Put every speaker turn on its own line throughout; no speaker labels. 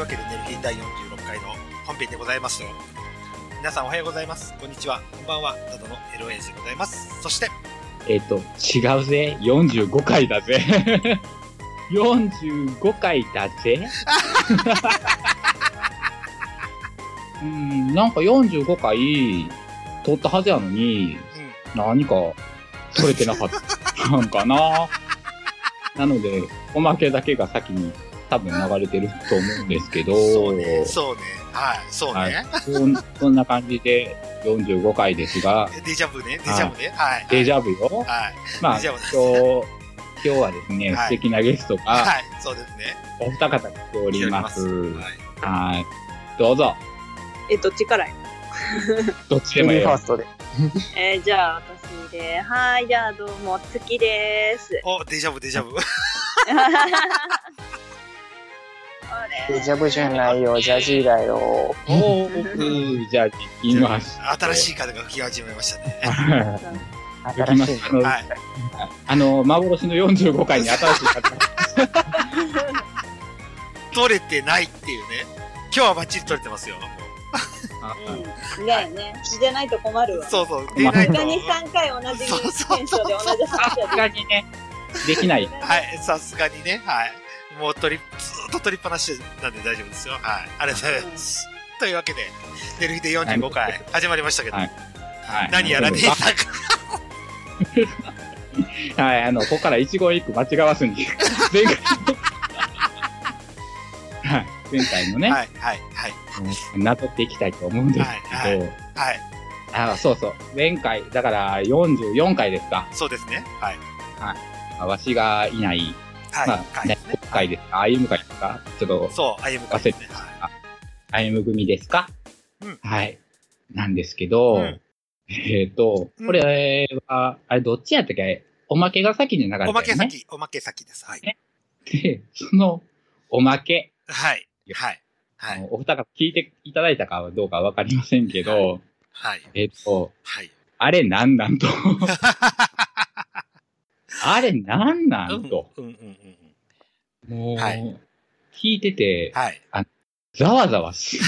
第46回の本編でございますよ。皆さんおはようございます。こんにちは。こんばんは。などの LOS でございます。そして、
えっ、と、違うぜ。45回だぜ。45回だ ぜ。うん、なんか45回撮ったはずやのに、
うん。
何か撮れてな かったんかな。なので、おまけだけが先に多分流れてると思うんですけど、
そうね。そうね。はい。そうね。
はいそんそんな感じで45回ですが、
デジャブね。デジャブね。はい。
デジャブよ。
はい。
まあ、
デジャ
今
ブで
日
す、
今日はですね、
はい
素敵なゲストが
はい。そうですね。
お二方来ております。
はい。
はい。どうぞ。
え、どっちからや
どっちで
ユ
もい
ニ
い
ファー
よ。
ストで。
えーじゃあ私で、はい、じゃあどうも、月です。
お、デジャブ、デジャ ブ。
あ
デ
れ
ジャブじゃないよ、ジャジーだよ。
おー、じゃあ、行きまし
新し
い。
い風が吹き始めましたね。
行き
新
ま
しい
し。た。あの、
はい。
あの幻の45回に新しい方。
取れてないっていうね。今日はバッチリ取れてますよ。
うん、だよね。じゃないと困るわ。
そうそう。でないと。
他に3回同じ
そうそう
テンションで同じ
さ
話
す
を
がにね、できない。
はい、さすがにね、はい。もう取り、ずーっと取りっぱなしなんで大丈夫ですよ。はい。ありがとうございます。というわけで、寝る日で45回始まりましたけど、
はいはい
何やらねえなんか
はい、あの、ここから一言一句間違わずに。前回 のはい、前回のね、
はい、はい、はい、
なぞっていきたいと思うんです
は
け
い、
ど、
はい。
あそうそう。前回、だから44回ですか。
そうですね。はい。
あわしがいない、
はい。
ま
は
あ、
い
ね、国会ですか、歩む会ですか、ちょっと、
そう、歩むかですね。はい
歩む組ですか、
うん
はい。なんですけど、
うん
えっ、と
う、ん
これは、あれ、どっちやったっけおまけが先に流れたよ、ね。
おまけ先、おまけ先です。はい。
で、その、おまけ、
はい。はい。は
あ
い。
のお二方聞いていただいたかはどうかわかりませんけど、
はい。
えっ、と、
はい。
あれなんなんと。 あれなん な
うん
んと。
うんうんうん。
もう、
はい
聞いてて、
はい。
ざわざわし、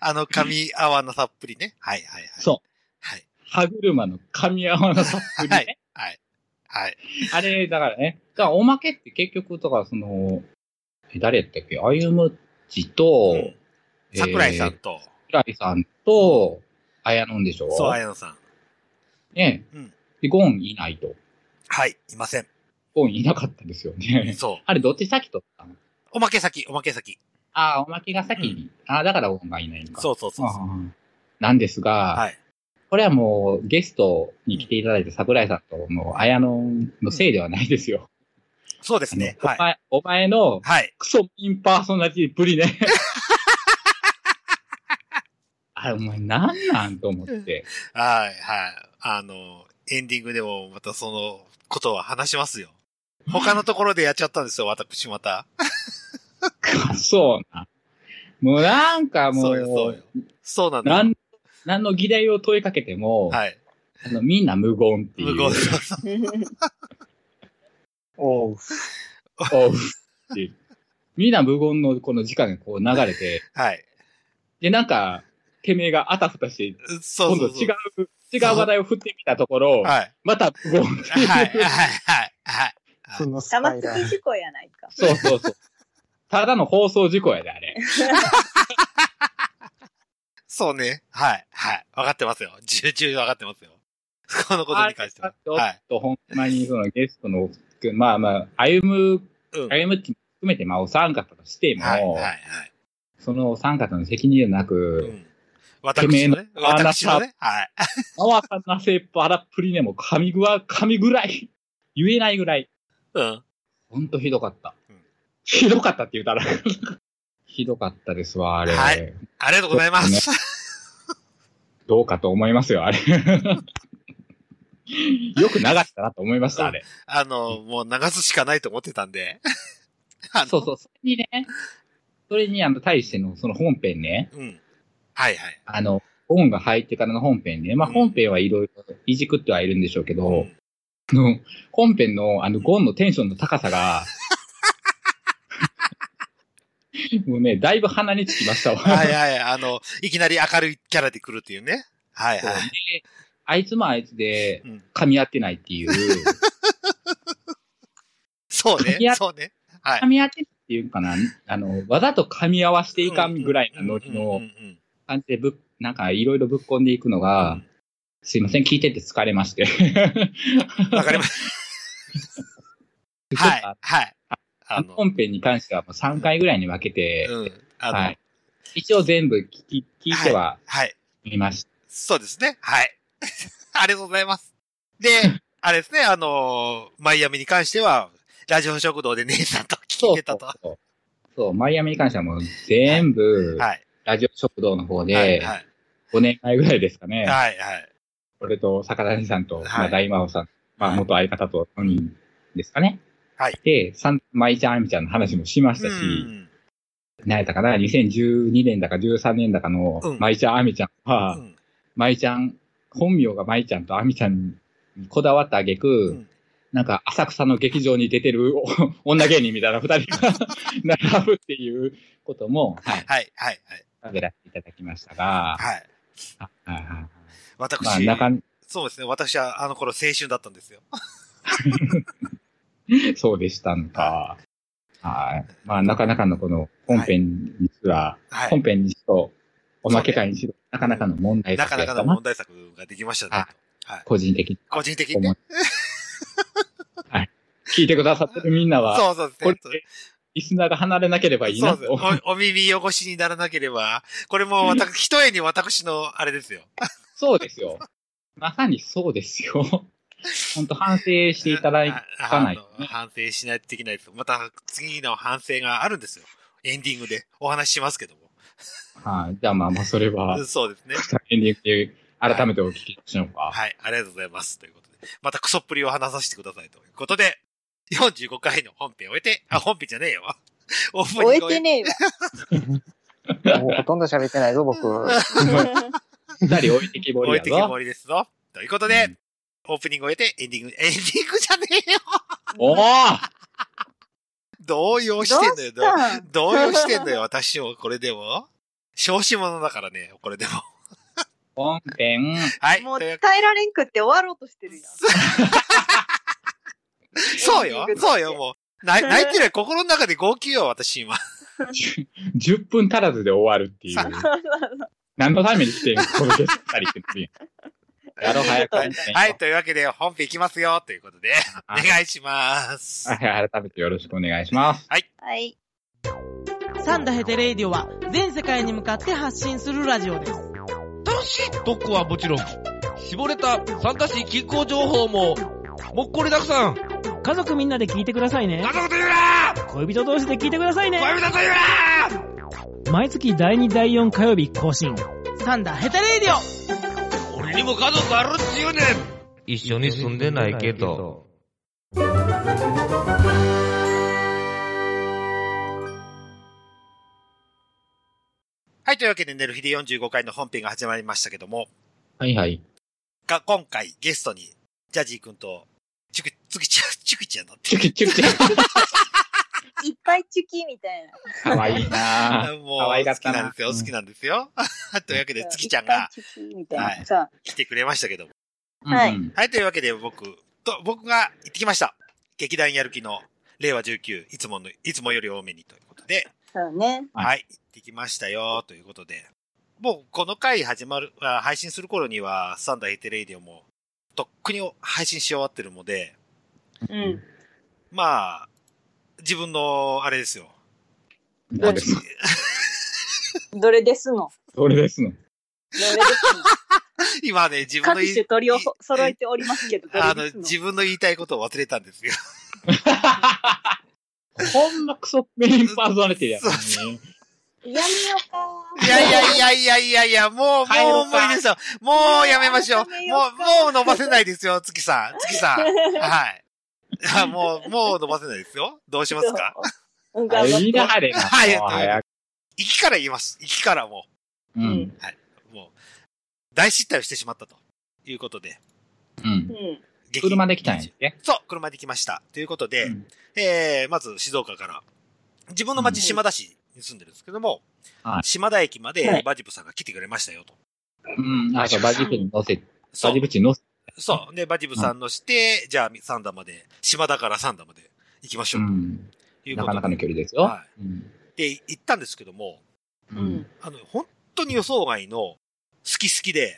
あの、紙泡のたっぷりね。はい、はい、はい。。
そう
はい。
歯車の噛み合わな さっぷりね。
はい。はい。
あれ、だからね、だからおまけって結局、だからその、え誰やったっけ、歩むっちと、
うん桜井さんと、
えー桜井さんと、あやのんでしょ
そう、綾野さん。
ね、
うん
で、ゴンいないと。
はい、いませ ん。
ゴンいなかったですよね。
そう。
あれ、どっち先取ったの
おまけ先、おまけ先。
ああ、おまけが先に。ああ、だからゴンがいないのか。
そうそうそうそう。
あーなんですが、
はい。
これはもうゲストに来ていただいた桜井さんと、もう、あやのんのせいではないですよ。
そうですね。
お
はい。
前、お前の
はい。
クソピンパーソナリティっぷりね。 あれ、お前なんなんと思って。
はい。はい。あの、エンディングでもまたそのことは話し ますよ。他のところでやっちゃったんですよ、私また。
かそうな。もうなんかも
そうよ、そう
う
よ、。そうなんだ。
なん、なんの議題を問いかけても、
はい。
あのみんな無言っていう。
無言。
おう。
おうっていうみんな無言のこの時間がこう流れて、
はい。
で、なんか、てめえがあたふたして、
そうそ
今度
うそう。
違う、違う話題を振ってみたところ、
はい。
また無言って
はいい。は
う
い。はい。はい。
その ス
玉
パイ
突
ラ
き事故やないか。
そうそうそう。ただの放送事故やで、あれ。
そうね。はい。はい。わかってますよ。重々わかってますよ。このことに関しては。
ちょ
は
っ
い。
と、ほんまに、そのゲストの、まあまあ、歩む、
うん。はい。
歩むって含めて、まあ、お三方としても、
はい。はい。
そのお三方の責任でな
う
く、
ん。私のね。
てめえのあなた
私のね。はい。
あわかなせっぱらっぷりね、もう、神ぐわ、神ぐらい、言えないぐらい、
うん。
ほんとひどかった。
うん
ひどかったって言う たら、ひどかったですわ、あれ。
はいありがとうございます。
どうかと思いますよ、あれ。よく流したなと思いました、あれ。
あの、もう流すしかないと思ってたんで。あの
そうそう、それにね、それに、あの、対しての、その本編ね、
うん。はいはい。
あの、音が入ってからの本編で、まあ
うん
本編はいろいろいじくってはいるんでしょうけど、
うん
あの 本編のあのゴンのテンションの高さが、もうね、だいぶ鼻につきましたわ。
はいはい。あの、いきなり明るいキャラで来るっていうね。はい
そう
はい。
であいつもあいつで
うん、
噛み合ってないっ ていう、
そう
い
ね。
や
そうね。はい
噛。み合ってないっていうかな、あの、わざと噛み合わせていかんぐらいのノリ
うん
の
うんうんうん
感じでぶっ、なんかいろいろぶっこんでいくの
う
が
ん、
すいません、聞いてて疲れまして。
わかり ます。はい。はい。あの、
本編に関してはもう3回ぐらいに分けて、
うん。あの、
は
はいい。。
一応全部聞き聞いてはみました。
そうですね。はい。 ありがとうございます。で、 あれですね、あのマイアミに関しては、ラジオ食堂で姉さんと聞
そ
いうて
そ
た
う
と。
そう。そう、マイアミに関してはもう全部、
はい。
ラジオ食堂の方
はい。
で、
はい。
5年前ぐらいですか
は
ね、
い。はい
俺と坂谷さんと、ま
は
あ、
い
大魔王さん、まあ、
はい
元相方と4人ですかね。
はい。
で、さん、舞ちゃん、あみちゃんの話もしまし
う
たし、
ん。
何やったかな、2012年だか13年だかの
うん
舞ちゃん、あみちゃん
う
は、
ん。
舞、ちゃん、本名が舞ちゃんとあみちゃんにこだわった挙句、
うん
なんか浅草の劇場に出てるお 女芸人みたいな二人が 並ぶっていうことも、
はい。はい。はい。はい
食べらせていただきましたが、
はい。
はいはいはいまあ、
私、
中身、
そうですね。私はあの頃青春だったんですよ。
そうでしたのか。はい。まあ、なかなかのこの本編にすら、
は
本
い。
編にしろ、おまけ会にしろ、なかなかの問題
なかなかの
な
問題作ができました
はい
ね。
個人的に
個人的に
思
ね
う。。 はい。聞いてくださってるみんなは、
そうそうです
こ
ね
れ。、リスナーが離れなければいいな
そう
と。
そうおお耳汚しにならなければ、これも私、一重に私のあれですよ。
そうですよ。まさにそうですよ。 本当反省していただ
あ
いかないとね
あの反省しないといけないです。また次の反省があるんですよ。エンディングでお話ししますけども。
はい。じゃあまあまあ、それは、
そうですね。
エンディングで改めてお聞きしようか。
はい、ありがとうございます。ということで、またクソっぷりを話させてくださいということで、45回の本編を終えて、あ、本編じゃねえよ。 オープニングを
終えてねえわ。
もうほとんど喋ってないぞ、僕。
二人置いてきぼり
終え
や
てき
ぞ
ぼ。りですぞ。ということで、
うん
オープニングを終えて、エンディング、エンディングじゃねえよ
おお
動揺してんのよ、動揺
さあ
動揺してんのよ、私も、これでも。小心者だからね、これでも。
本編、
はい。
もう
というわ
耐
け
えられんくって終わろうとしてるやん。
そうよ、そうよ、もう。泣い泣いてるよ心の中で号泣よ、私今。
10分足らずで終わるっていう。 何のために来てるこのゲスト二人って言ってんやろ、早く。
はい
はい、というわけで、本編いきますよ、ということで、お
はい
願いします。
はい、改めてよろしくお願いします。
はい。
サンダヘテレイディオは全世界に向かって発信するラジオです。
楽しい特攻はもちろん、絞れた参加し気候情報も、もっこりたくさん。
家族みんなで聞いてくださいね
家。族と言うな
恋人同士で聞いてくださいね。
恋人と言うな
毎月第2、第4火曜日更新。
サンダヘテレイディオ
俺にも家族あるっちゅうねん一緒に住んでないけど。
はい、というわけで、寝る日で45回の本編が始まりましたけども、
はいはい。
が今回ゲストに、ジャジー君と、チュキ、チュキちゃん、 チュキちゃんだって
チュ。キチュキチュキ。
いっぱいチュキみたい
か
な。
わいいなぁ。
もう、
可愛か
好
っ
き
たな
なんですよ、好きなんですよ。 というわけで、月ちゃん
いっぱ
が
いチュキみたい
は
な。
い
さ
来てくれましたけども。
はい
うんうん
はい、というわけで僕と、僕が行ってきました。劇団やる気の令和19、いつもの、いつもより多めにということで、
そうね。
は
はいい、行ってきましたよ、ということで。もう、この回始まる、あ配信する頃には、サンダーヘテレイディオも、とっくに配信し終わってるので、
うん。
まあ、自分の、あれですよ。
どうですの
どれですの
どれですの
どれですの
今ね、自分の
各
言
種
い、
鳥を揃えておりますけど、ど
あ
れ
の
で、すの
自分の言いたいことを忘れたんですよ。
ほんまクソメインパーソナリティやつに。
やめよう
い
か。
やいやいやいやいやいや、もう、も
帰ろ
う
うか
無理ですよ。もうやめましょう。も
やめようか
う、もう伸ばせないですよ、月さん。月さん。はい。あもう、もう伸ばせないですよ。どうしますか
うん、
あ
頑張っ
いい
て
な、あれな。
はい
もう早く。
息から言います。息からも
う。
うん
う、もう、大失態をしてしまったということで。
う。
うんん。
激
車で来たんやっけ
そう、車で来ました。ということで、
うん
えー、まず静岡から。自分の
う
町
ん
島田市に住んでるんですけども、
はい
島田駅ま
は
で
い
バジブさんが来てくれましたよと。
うん。あ、そう、バジブに乗せ、
そ
バ
う
ジ。ブチに乗せ、
そう。で、バジブさんのして、じゃあ三段まで、島田から三段まで行きまし
う
ょう。
ん。
というこ
な
と
か
で
なかの距離ですよ。
は
うん。
で、行ったんですけども、
う
うんん。
あの、本当に予想外の、好き好きで、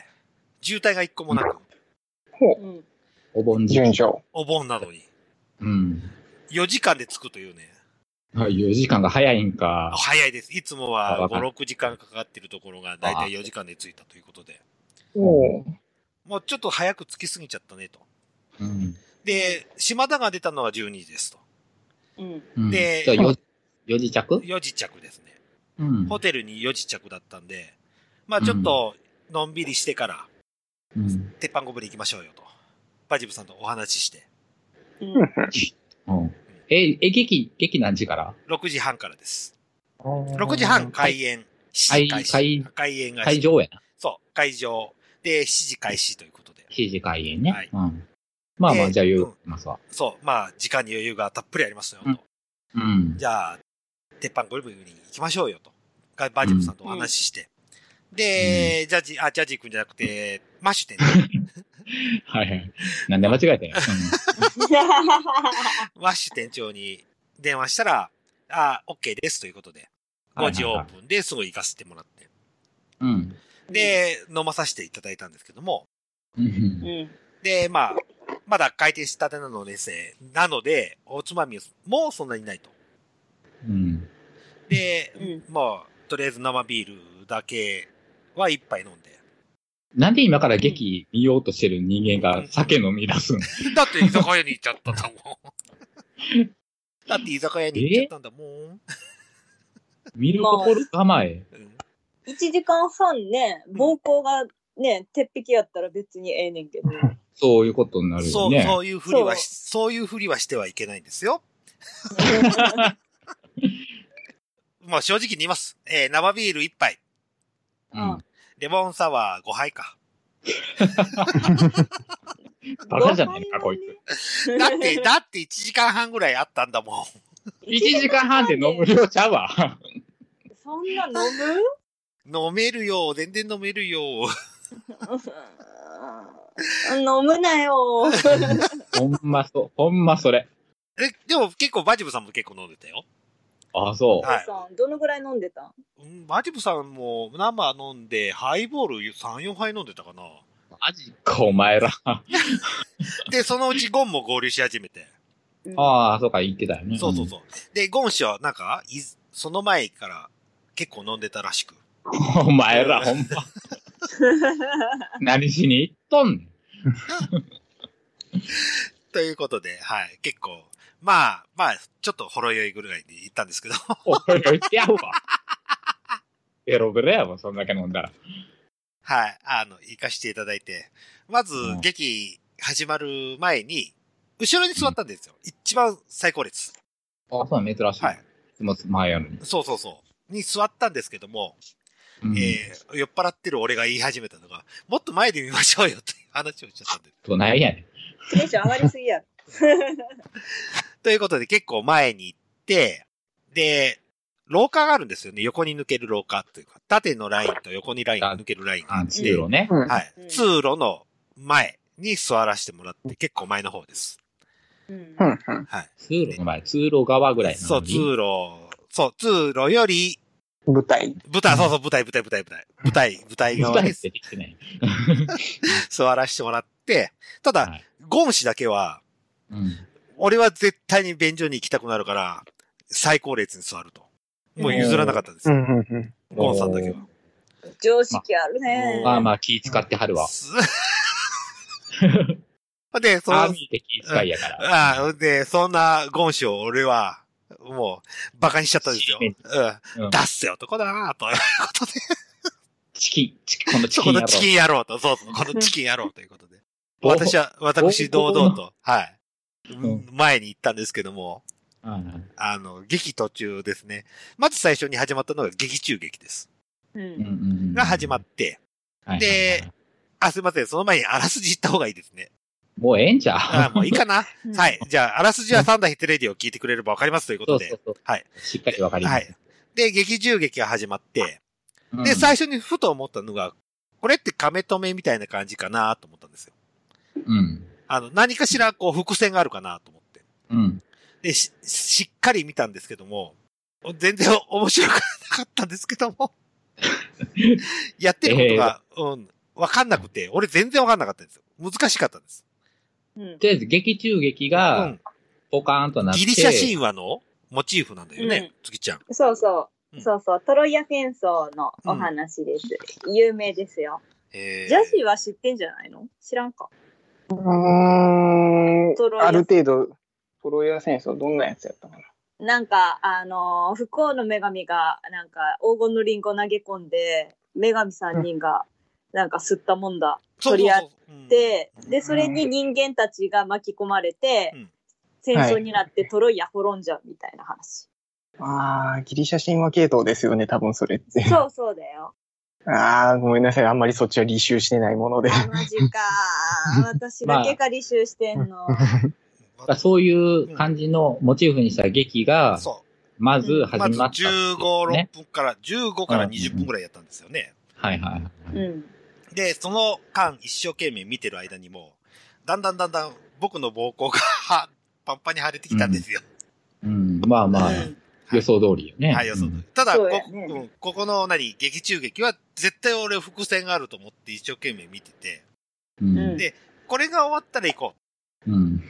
渋滞が一個もなく、
うん。
お盆時
順
期。
調。
お盆などに、
うん。
4時間で着くというね、
はい、4時間が早いんか。
早いです。いつも
あ
は
わ
5、
かる
6時間かかってるところが、だいたい4時間で着いたということで、
お
もうちょっと早く着きすぎちゃったねと。
うん。
で、島田が出たのは12時ですと。
うん。
うん
で
じゃあよ4時着
4時着ですね。
うん
ホテルに4時着だったんで、まあちょっと、のんびりしてから、
うん。
鉄板ゴブリ行きましょうよと。バジブさんとお話しして、
うん。
うんえ、え、劇、劇何時から
6時半からです。
ー
6時半開演。7時開始
開
開演が。
会場やな。
そう、会場。で、7時開始ということで。
7時開演ね。
はい
うん。まあまあ、
で
じゃあ言うますわ。
そう、まあ、時間に余裕がたっぷりありますよと。
うんうん。
じゃあ、鉄板ゴルフに行きましょうよと。がバージブさんとお話しして。で、ジャージ、あ、ジャージ君じゃなくて、マッシュ店ね。
はいはい。なんで間違えたよ。
マッシュ店長に電話したら、あ、OK ですということで。
うん
5時オープンですぐ行かせてもらって。
うん。
で、飲まさせていただいたんですけども。
う。
うんん。
で、まあ、まだ開店したてなのですね、なので、おつまみもそんなにないと。
うん。
で、
うん
まあ、とりあえず生ビールだけは一杯飲んで。
なんで今から劇見ようとしてる人間が酒飲み出すん
だって居酒屋に行っちゃったんだもん。 だって居酒屋に行っちゃったんだもん。
見る心構え。
うん
1時間半ね、暴行がね、鉄壁やったら別にええねんけど。
そういうことになる
そ
よ
う、
ね。
そういうふりはし、そういうふりはしてはいけないんですよ。まあ正直に言います。えー生ビール一杯、
うん。
レモンサワー5杯か。
バカじゃないか、こい
つ
だ って、だって1時間半ぐらいあったんだもん。
つ。1時間半で飲む量ちゃうわ。
そんな飲む
飲めるよ、全然飲めるよ。
飲むなよ。
ほんまそ、ほんまそれ。
え、でも結構バジブさんも結構飲んでたよ。
あ、そ
はい
さん、どのぐらい飲んでたん
うんバジブさんも生飲んで、ハイボール3、4杯飲んでたかな。
う。マジか、お前ら。
で、そのうちゴンも合流し始めて。
ああ、そうか、言ってたよね。
そうそうそう。で、ゴン氏はなんか、いその前から結構飲んでたらしく。
うん。お前ら、ほんま。何しに行っとんねん。
ということで、はい、結構、まあ、まあ、ちょっとほろ酔いぐらいで行ったんですけど、
おい、言ってやるわ。ベロベロやわ、そんだけ飲んだら。
はい、あの、行かせていただいて、まず
うん、
劇始まる前に、後ろに座ったんですよ。一番最高列。
あ、そうなの珍しい。
はい。
いつも前やのに。
そうそうそう。に座ったんですけども、
うん。
えー酔っ払ってる俺が言い始めたのが、もっと前で見ましょうよっていう話をしちゃったんで。
どないやねん。
テンション上がりすぎやろ。
ということで結構前に行って、で、廊下があるんですよね。横に抜ける廊下っていうか、縦のラインと横にライン、
あ
抜けるラインがあ
あ
っ、
通
て、
路ね。
うん。
はい
うん。
通路の前に座らせてもらって、結構前の方です。
うん
う。ん。うん
はい。
通路の前、通路側ぐらいなのに。
そう、通路、そう、通路より、
舞台。
舞台、そうそう、舞台、舞台、舞台、舞台、舞台、舞台側
二
に
人出てきてない。
座らせてもらって、ただ、
はい
ゴン氏だけは、
うん。
俺は絶対に便所に行きたくなるから、最高列に座ると。もう譲らなかったんですよ。
ん。うん。
ゴンさんだけは。
常識あるね。
まあまあ、気使ってはるわ。
す で、その
ああ見えて気遣いやから。
ああ、で、そんなゴンシを俺は、もう、馬鹿にしちゃったんですよ。
しめ
う。
うんん
出せ男だなという ことで、
チキン、チキン、このチ
そこ
キン
の
やろ。
チキン野郎と、そうそう、このチキン野郎ということで。
ボー
私は、私堂々
ボ
と、はい。
ん
前に行ったんですけども、
うん
あの、劇途中ですね。まず最初に始まったのが劇中劇です。
う。
うんうんん
が始まって、
はいはいはい
で、あ、すいません、その前にあらすじ言った方がいいですね。
もうええんちゃ
あ
う
もういいかな。
うん
はい。じゃあ、あらすじは三代ヘテレディを聞いてくれればわかりますというこ
そ
と
う
で。
そうそう。
はい。
しっかりわかりま
は
す
い。。で、劇中劇が始まって、
うん
で、最初にふと思ったのが、これって亀止めみたいな感じかなと思ったんですよ。
うん。
あの、何かしらこう伏線があるかなと思って。
うん。
で、し、しっかり見たんですけども、全然面白くなかったんですけども、 やってることが、うん、わかんなくて、俺全然わかんなかったんですよ。難しかったんです。
うん
とりあえず劇中劇
う
が
ん。
ポカーンとなって。
ギリシャ神話のモチーフなんだよね
うん、
月ちゃん。
そうそうう。
ん
そうそう。トロイア戦争のお話です。有名ですよ。
えー
ジャシーは知ってんじゃないの知らんか。
う
ト
ー
ロイ
ん。
ア
ある程度、トロイア戦争どんなやつやったかな。
なんか、あのー不幸の女神が、なんか、黄金のリンゴ投げ込んで、女神三人が、なんか吸ったもんだ
そうそう
取り合
そううん
で、で、それに人間たちが巻き込まれて、
うん
戦争になってトロイア滅んじゃうみたいな話。
ああ、ギリシャ神話系統ですよね、多分それって。
そうそうだよ。
ああ、ごめんなさい。あんまりそっちは履修してないもので。
あ、マジ か。私だけが履修してんの。
まあそういう感じのモチーフにした劇が、
そ
まず
う。
始ま
ま
っ
ず
たっていう
15、6
ね
分から、15から20分ぐらいやったんですよね。
はいはいはい。
うん。
で、その間一生懸命見てる間にも、だんだんだんだん僕の膀胱が はパンパンに腫れてきたんですよ。
うん。まあまあ、予想通りよね。
はい、予想通り
うん
ただ、
そうや
こ
ね
うんここの何、劇中劇は絶対俺伏線があると思って一生懸命見てて、
うん
でこれが終わったら行こ
うん。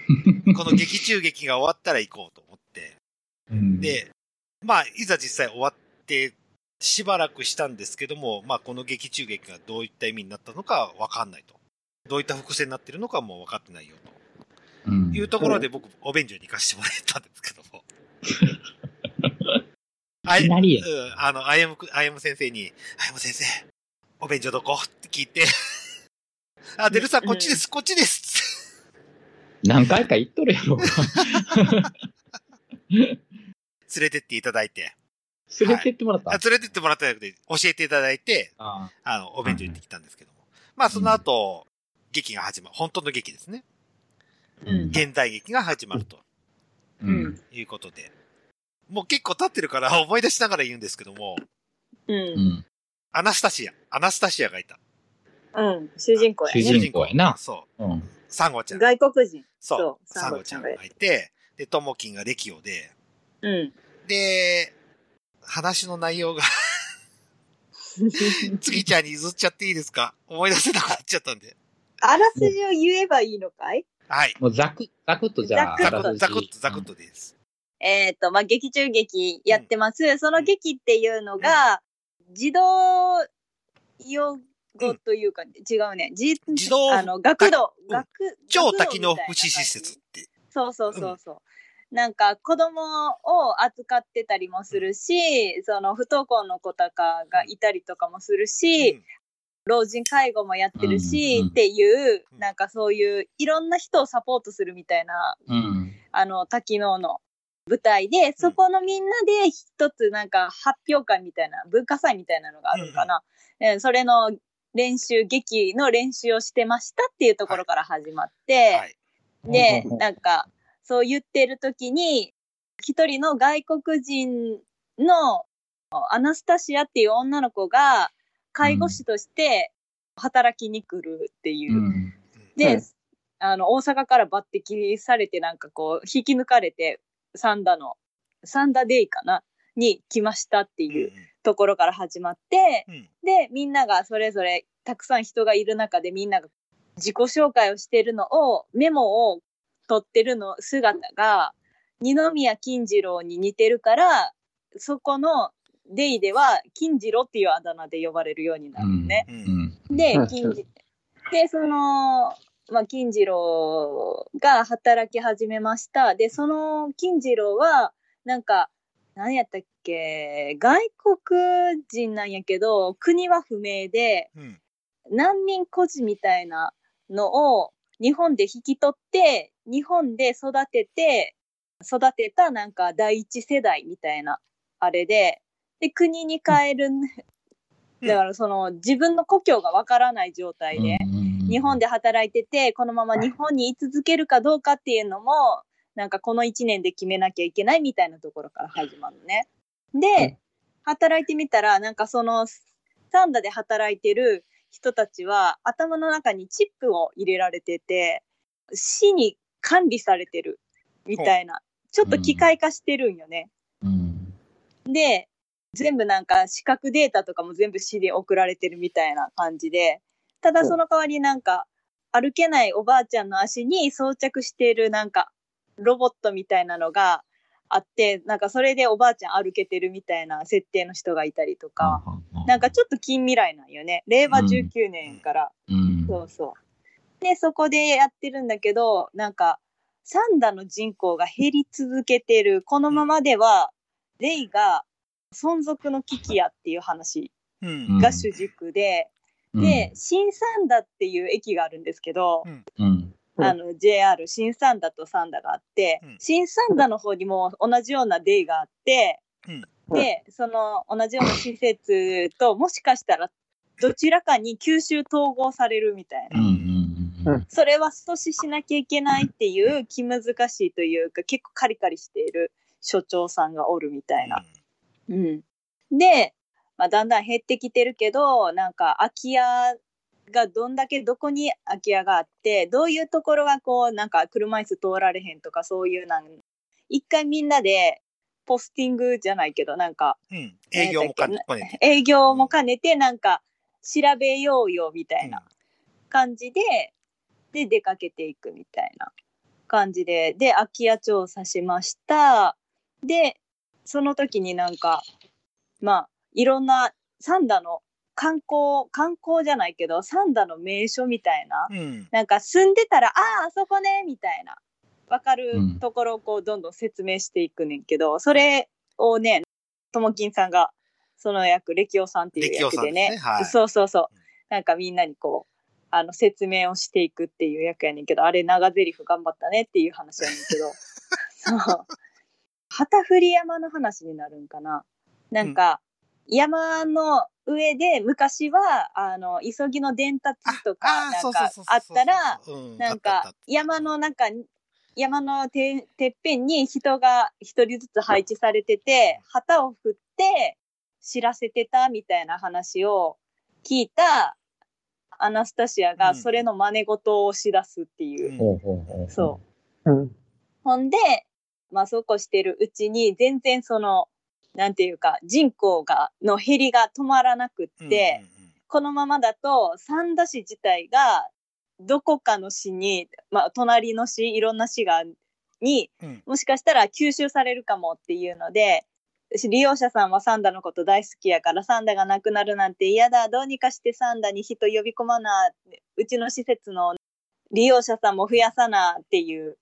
う。この劇中劇が終わったら行こうと思って。
うん、
で、まあ、いざ実際終わって、しばらくしたんですけども、まあ、この劇中劇がどういった意味になったのかわかんないと。どういった伏線になってるのかもう分かってないよと。
うん
いうところで僕、お便所に行かせてもらったんですけども。あ
いきなりよ
うん、あの、あやむく、あやむ先生に、あやむ先生、お便所どこって聞いて、あ、デルさん、こっちです、こっちです
何回か言っとるやろうが。
連れてっていただいて、
連れてってもらった。
あ連れてってもらったんじゃなくて、教えていただいて、
あ
あの、お便所行ってきたんですけども。まあ、その後、劇が始まる。本当の劇ですね。
ーうん
現代劇が始まると
うん。
いうことで。もう結構経ってるから思い出しながら言うんですけども、
う。
うんん。
アナスタシア、アナスタシアがいた。
うん。主人公や
主
ね。
人公やな
そ
うん。
う。サンゴちゃん。
外国人。
そう。
そう
サンゴちゃんがいて、で、ともきんがレキオで、
うん。
で、話の内容が、 次ちゃんに譲っちゃっていいですか思い出せなくなっちゃったんで。
あらすじを言えばいいのかい
はい。
もうざく、ざくっとじゃあ、
ザ
ざ
ク
あら
ッと、
すじ
ザクッと、ザクッとです。
えっ、と、まあ、劇中劇やってます。その劇っていうのが、児童用語というか、違うね。児
児童
あの、学童、
うん
学、
超
学童
多機能福
みたい
祉
な
施
感じ
設って。
そうそうそうそう。なんか子供を扱ってたりもするし、その不登校の子とかがいたりとかもするし、
うん
老人介護もやってるし、
うんうん
っていう
う、ん
なんかそういういろんな人をサポートするみたいな、
うん。
あの多機能の舞台で、そこのみんなで一つなんか発表会みたいな、文化祭みたいなのがあるのかな。えそれの練習、劇の練習をしてましたっていうところから始まって、
はい。
で
うんうんう、ん
なんか、そう言ってる時に、一人の外国人のアナスタシアっていう女の子が、介護士として働きに来るっていうう。
ん。
で、
うん
あの、大阪から抜擢されて、なんかこう、引き抜かれて、サンダの、サンダデイかなに来ましたって
うん
いうところから始まって、
うん。うん
で、みんながそれぞれたくさん人がいる中でみんなが自己紹介をしてるのを、メモを取ってるの姿が、二宮金次郎に似てるから、そこのデイでは金次郎っていうあだ名で呼ばれるようにな
う
るの
ん。
ね。
うん。
で
うん、
金次で、その、まあ、金次郎が働き始めました。で、その金次郎は、なんか、何やったっけ、外国人なんやけど、国は不明で、
うん。
難民孤児みたいなのを日本で引き取って、日本で育てて、育てたなんか第一世代みたいな、あれで、で、国に帰る、
うん
だからその自分の故郷がわからない状態で、日本
で。
で働いてて、このまま日本に居続けるかどうかっていうのも、なんかこの1年で決めなきゃいけないみたいなところから始まるのね。で、働いてみたら、なんかその、サンダで働いてる人たちは、頭の中にチップを入れられてて、市に管理されてる、みたいな。ちょっと機械化してるんよね。
うん。
で、全部なんか視覚データとかも全部市で送られてるみたいな感じで、ただその代わりなんか、歩けないおばあちゃんの足に装着しているなんか、ロボットみたいなのがあって、なんかそれでおばあちゃん歩けてるみたいな設定の人がいたりとか、なんかちょっと近未来なんよね。令和19年から。
うん。
そうそう。で、そこでやってるんだけど、なんか、サンダの人口が減り続けてる。このままでは、レイが存続の危機やっていう話
うん。
が主軸で、
うん
で、、新サンダっていう駅があるんですけど、
うん。
うん
あの、JR 新サンダとサンダがあって、
うん
新サンダの方にも同じようなデイがあって、
うん
で、その同じような施設と、もしかしたらどちらかに吸収統合されるみたいな。
うん。うん。うん。
それは阻止しなきゃいけないっていう気難しいというか結構カリカリしている所長さんがおるみたいな。うん、で、まあ、だんだん減ってきてるけどなんか空き家がどんだけどこに空き家があってどういうところがこうなんか車椅子通られへんとかそういうなん一回みんなでポスティングじゃないけどなんか
うん。営業も兼ねて。
営業も兼ねてなんか調べようよみたいな感じで、で出かけていくみたいな感じでで空き家調査しましたでその時になんかまあいろんな三田の観光観光じゃないけど三田の名所みたいな
うん。
なんか住んでたら、ああ、あそこね、みたいな、わかる
うん
ところをこう、どんどん説明していくねんけど、それをね、ともきんさんが、その役、歴夫さんっていう
歴夫
役
さん
で
です
ね、
ねはい
そうそうそう
うん、
なんかみんなにこう、あの、説明をしていくっていう役やねんけど、あれ、長台詞頑張ったねっていう話やねんけど、そう。旗振り山の話になるんかな。なんか、山の上で昔は、あの、急ぎの伝達とか、なんかあったら、、なんか山の中に山のててっぺんに人が一人ずつ配置されてて旗を振って知らせてたみたいな話を聞いたアナスタシア
う
が
ん
それの真似事をしだすっていう。
ほうほうほう。。
そう
うん。
ほんで、まあ、そうこうしてるうちに全然そのなんていうか人口がの減りが止まらなくって。このままだと三田市自体がどこかの市に、まあ、隣の市いろんな市がに
うん
もしかしたら吸収されるかもっていうので利用者さんはサンダのこと大好きやからサンダがなくなるなんて嫌だどうにかしてサンダに人呼び込まなうちの施設の利用者さんも増やさなっていう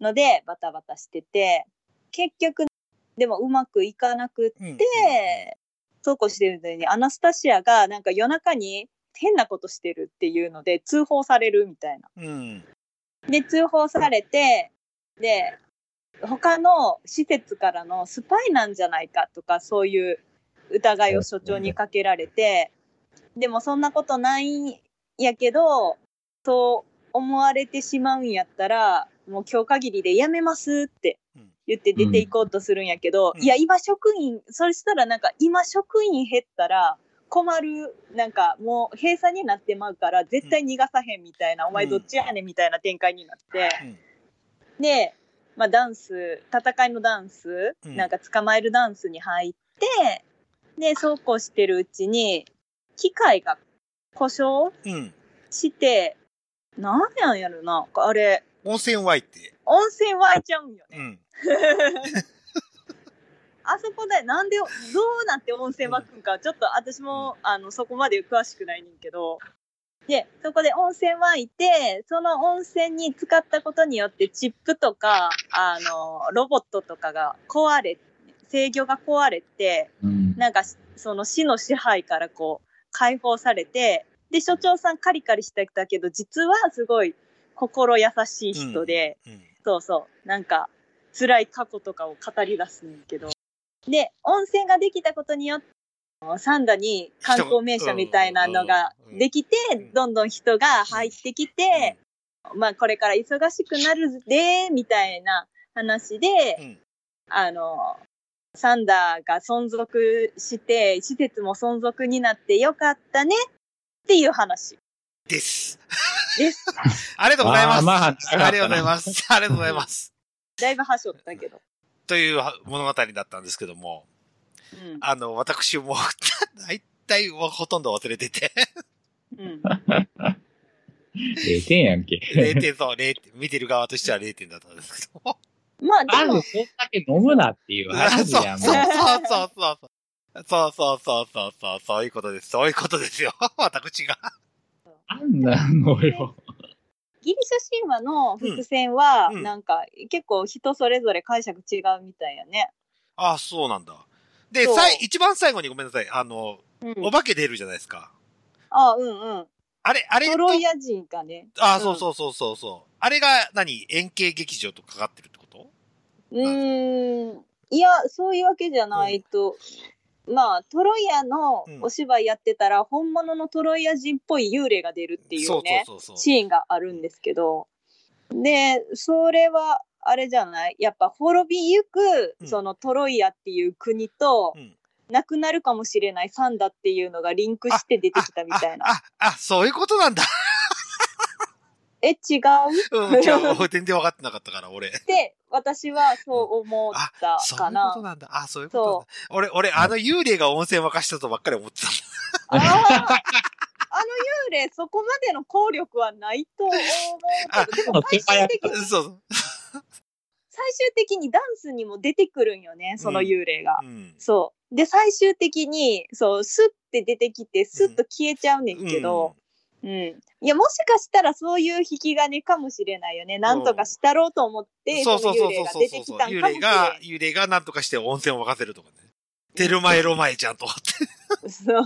のでバタバタしてて結局でもうまくいかなくっ
で
で、そうこうしてるのに、アナスタシアがなんか夜中に変なことしてるっていうので、通報されるみたいな。
うん。
で、通報されて、で、他の施設からのスパイなんじゃないかとか、そういう疑いを所長にかけられて、でもそんなことないんやけど、そう思われてしまうんやったら、もう今日限りでやめますって言って出ていこうとするんやけど、
うん
いや、今職員、そしたらなんか今職員減ったら困る、なんかもう閉鎖になってまうから絶対逃がさへんみたいな、お前どっちやねんみたいな展開になって、で、まあダンス、戦いのダンス、
うん
なんか捕まえるダンスに入って、で、そうこうしてるうちに、機械が故障
うん。
して、なんなんやろな、あれ、
温泉湧いて。
温泉湧いちゃうんよね
う。ん。
あそこでなんでどうなって温泉湧くんかちょっと私もあのそこまで詳しくないねんけどでそこで温泉湧いてその温泉に使ったことによってチップとかあのロボットとかが壊れ制御が壊れて
うん。
なんかその市の支配からこう解放されてで所長さんカリカリしてたけど実はすごい心優しい人で。そうそう。なんか、辛い過去とかを語り出すねんけど。で、温泉ができたことによって、サンダに観光名所みたいなのができて
うん、
どんどん人が入ってきて、まあこれから忙しくなるで、みたいな話で、
うん
あの、サンダーが存続して、施設も存続になってよかったねっていう話。
です。
です。
ありがとうございます。
あーまあ長かったな
ありがとうございます。ありがとうございます。
だいぶはしょったけど。
という物語だったんですけども、
うん。
あの、私も、 大体はほとんど忘れてて、
うん。
0点やんけ。
0点そう、0点、見てる側としては0点だったんですけども。
まあ
ま
で
ず、そん
も、
だけ飲むなっていう
そう
話
そう
やん。も
そううそうそう。そうそうそうそうそう、そういうことです。そういうことですよ。 私が。
あんなのよ。
ギリシャ神話の伏線は、
うんうん
なんか、結構人それぞれ解釈違うみたいやね。
ああ、そうなんだ。で、
そう
さい一番最後にごめんなさい。あの、
うん。
お化け出るじゃないですか。
あ、うんうん。
あれ、あれ
トロイア人かね。
ああ、そうそうそうそうそう。あれが何円形劇場とかかってるってこと
うーん。いや、そういうわけじゃないと。まあ、トロイアのお芝居やってたら、本物のトロイア人っぽい幽霊が出るっていうね。
そうそうそうそう。
シーンがあるんですけど、で、それは、あれじゃないやっぱ滅びゆく、
うん
そのトロイアっていう国と、
うん
なくなるかもしれないサンダっていうのがリンクして出てきたみたいな。
あ、あ、あそういうことなんだ。
え、違う
うん、違 う。全然分かってなかったから、俺。
って、私はそう思った
そうい
か
うこ
な
と。なんだ。あ、そういうことなん
そ
だ。俺、俺、あの幽霊が温泉沸かしたとばっかり思ってた。
う。 あーあの幽霊、そこまでの効力はないと思うけど、でも最終的に、
そうそう。
最終的にダンスにも出てくるんよね、その幽霊が。
うん。
そう。で、最終的に、そう、スッて出てきて、スッと消えちゃうねんけど、うん。いや、もしかしたらそういう引き金かもしれないよね。なんとかしたろうと思っ
うん
て、
そ
そう
そ
の
うそう
幽霊が
そう
出
そ
て
う
き
そう。
たん
幽
かもし
霊
れな
が、幽霊がなんとかして温泉を沸かせるとかね。テルマエロマエじゃんと思って。
い。そう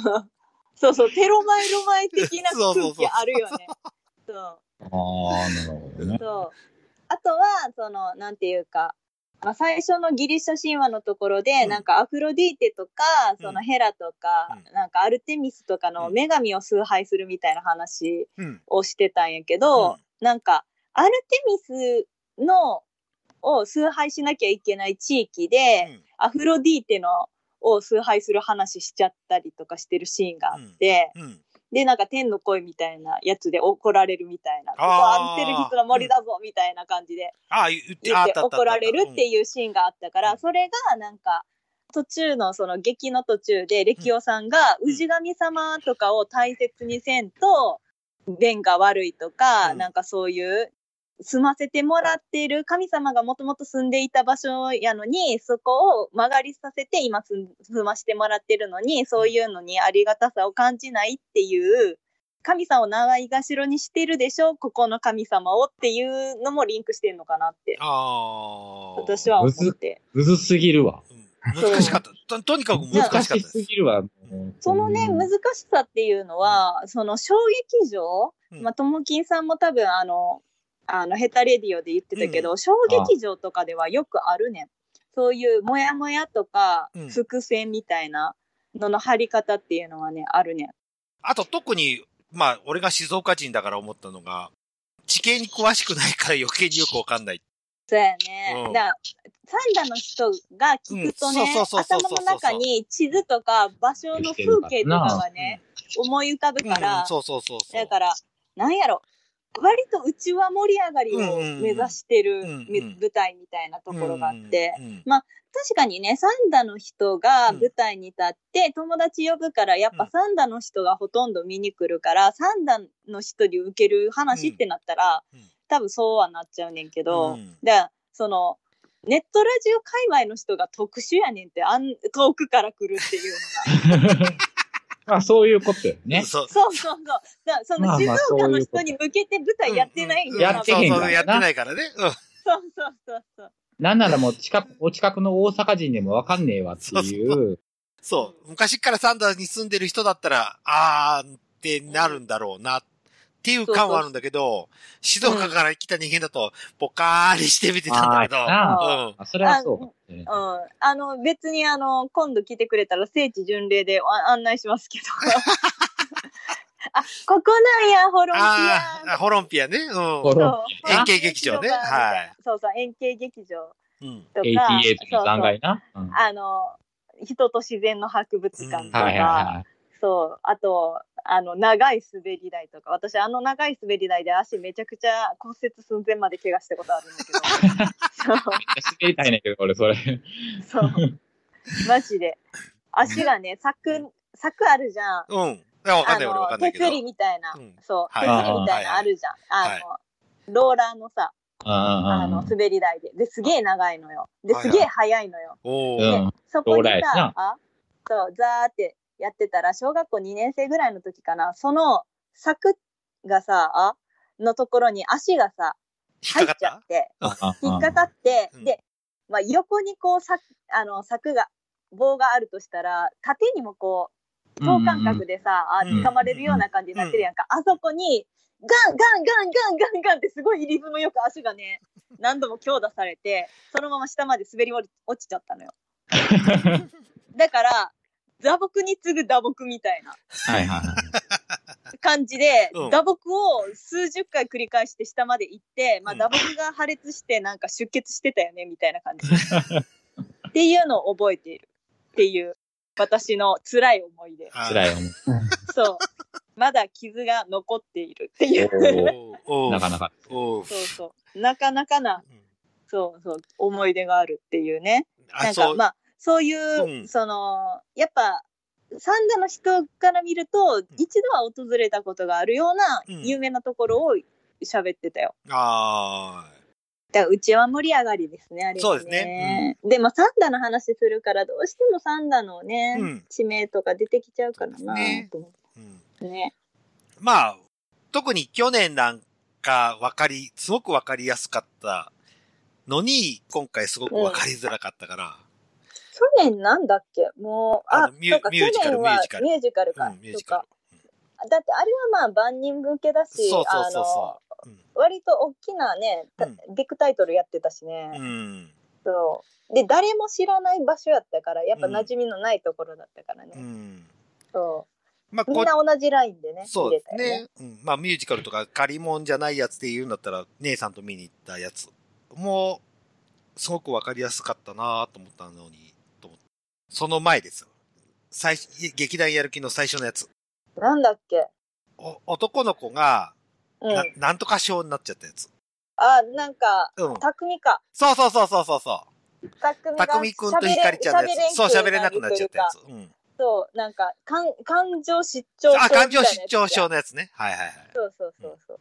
そうそう、テロマエロマエ的な
そうそうそう
空気あるよね。そう。
ああ、なるほどね。
そう。あとは、その、なんていうか、まあ、最初のギリシャ神話のところで、
うん
なんかアフロディーテとか、
うん
そのヘラとか、
う
なんかアルテミスとかの
うん
女神を崇拝するみたいな話
うん。
をしてたんやけど、
うん
なんか、アルテミスの、を崇拝しなきゃいけない地域で、
うん
アフロディーテの、を崇拝する話しちゃったりとかしてるシーンがあって、
うん。
で、なんか天の声みたいなやつで怒られるみたいな、ここ
あー
はアルテミスの森だぞみたいな感じで、
ああ、言って、
言
ああ
っ
ってたあったあった。
怒られるっ
う
ていうシーンがあったか
う
ら、
ん
それがなんか、途中のその劇の途中で、レキオさんが、
うん
氏神様とかを大切にせんと、便が悪いとか、
うん
なんかそういう、住ませてもらっている神様がもともと住んでいた場所やのに、そこを曲がりさせて今住ん住ましてもらってるのに、そういうのにありがたさを感じないっていう、神様をないがしろにしてるでしょ、ここの神様をっていうのもリンクしてんのかなって。
ん。ああ。
私は思って。
むずすぎるわ。
うん。難しかった。ととにかく難しかったで
難しす
す。
ぎるわ。
そのね、難
ず
しさっていうのは、その小劇場、
うん
まあ、ともきんさんも多分あの、あの、ヘタレディオで言ってたけど、小劇場とかではよくあるねん。そういうモヤモヤとか
うん、
伏線みたいなのの張り方っていうのはね、あるねん。
あと特に、まあ、俺が静岡人だから思ったのが、地形に詳しくないから余計によくわかんない。
そうやね。
うん
だからサンダの人が聞くとね、
うんそうそうそうそうそう
頭の中に地図とか場所の風景とかがね、思い浮かぶ
うん、
から、
そうそうそうそう。
だから、なんやろ、割とうちは盛り上がり
うん
を
うんうん
目指してる
うん
め
うん
舞台みたいなところがあって、
うん、うん
確かにね、サンダの人が舞台に立って、友達呼ぶから、やっ
う
ぱ
ん
サンダの人がほとんど見に来るから、サンダの人に受ける話ってなったら
うんうん、
多分そうはなっちゃうねんけ
う
ど
ん、
だからその、ネットラジオ界隈の人が特殊やねんって、あん遠くから来るっていうの が。
あ、そういうことよね。
そう。
そうそうそう。だからそ
ま
の
あ
静
まあ
岡
そう
の
いうこ
人
と
に向けて舞台やってないん
う
だ
ん
やってへん
そうそう
からな
やってないからね。うん。
そうそうそうそう。
なんならもう近く、お近くの大阪人でもわかんねえわっていう。
そう。昔からサンダーに住んでる人だったら、あーってなるんだろうな。っていう感はあるんだけど、静岡から来た人間だと、ポカーンして見てたんだけど。
あ
うん。
あ、それはそうかもしれ
う
ない。
ん。あの、別にあの、今度来てくれたら聖地巡礼であ案内しますけ ど。あ、ここなんや、ホロンピ
あー
ア。
ホロンピアね。うん。
ホロン
そう
円形劇場ね
ホロンピア
はい
そうそう、円形劇場。
うん。
と
88
か、
の残骸な。うん
あの、人と自然の博物館とか、
はいはいは
そう、あと、あの、長い滑り台とか、私、あの長い滑り台で足めちゃくちゃ骨折寸前まで怪我したことあるんだ けど、
い。めっちゃ滑りたいねんけど、俺、それ。
そう、そう、マジで。足がね、柵、柵あるじゃん。
うん。いやわかんない、俺わかんない
手
けど。
すりみたいな、
うん
そう、
はい
手すりみたいなあるじゃん。
はいはい
あの、ローラーのさ、あ
あ
の、滑り台で。で、すげえ長いのよ。で、すげえ速いのよ。
お
う
ー。
ん。
そこに
ローラーやし
さ
な、
あそう、ザーってやってたら、小学校2年生ぐらいの時かな、その柵がさ、あのところに足がさ、
引っ
入っ
か
ちゃ
か
っ、
って
引っかか
っ
って
うん、
で、まあ、横にこう、さあの、柵が、棒があるとしたら、縦にもこう、等間隔でさ、あ
うん
掴まれるような感じになってるやんか、あそこにガンガンガンガンガンガンってすごいリズムよく足が ね何度も強打されてそのまま下まで滑り降り落ちちゃったの よだから打撲に次ぐ打撲みたいな
はいはいはい。
感じで、
うん
打撲を数十回繰り返して下まで行って、まあ、
うん
打撲が破裂してなんか出血してたよねみたいな感 じっていうのを覚えているっていう私の辛い思い出
あー
辛い思い。
そう。まだ傷が残っているっていう。
おーおー
なかなか。
おー
そうそう。なかなかな、
うん
そうそう、思い出があるっていうね。な
あ、
んか
そう。
まあ、そういう、
うん
その、やっぱ、三田の人から見ると、一度は訪れたことがあるような
うん
有名なところを喋ってたよ。
あ
だからうちは盛り上がりですね、あれ、ね。
そうですね。
でも、サンダの話するから、どうしてもサンダのね、
うん
地名とか出てきちゃうから
そう
な
ですね
と思っ
ーうん
てね。
まあ、特に去年なんか分かり、すごく分かりやすかったのに、今回すごく分かりづらかったから、
去年なんだっけもう、
あ
あ、
のミュ
そうか
ミュージカル
去年
ミ
は
ュージカル
ミュージカル
うん、
か。
ミュー
そう
ジカ
か
ル。
だってあれはまあ万人向けだし、
そうそうそう
あ
そ
の
う。うん
割と大きなね、たビッグタイトルやってたしね、
うん。
そう。で、誰も知らない場所やったから、やっぱ馴染みのないところだったからね。
うん。
そ
まあ、
う。み
こ
んな同じラインでね、
そう
見れ
で
たよ
すね。うん、まあ、ミュージカルとか借り物じゃないやつで言うんだったら、姉さんと見に行ったやつも、すごく分かりやすかったなと思ったのに、と思ってその前ですよ。最初、劇団やる気の最初のやつ。
なんだっけ
お男の子が、
うん。
ななんとか症になっちゃったやつ。
あ、なんか、
うん。
匠か。
そうそうそうそうそうそ
匠
う。た
が
くみくんとひかりちゃんのやつ。そう、喋れなくなっちゃったや
つ
つ。。うん。
そう、なんか、感感情失調症み
あ、
たいな
感
やつじ
情
ゃん。
失調症のやつね。はいはいはい。
そうそうそうそう。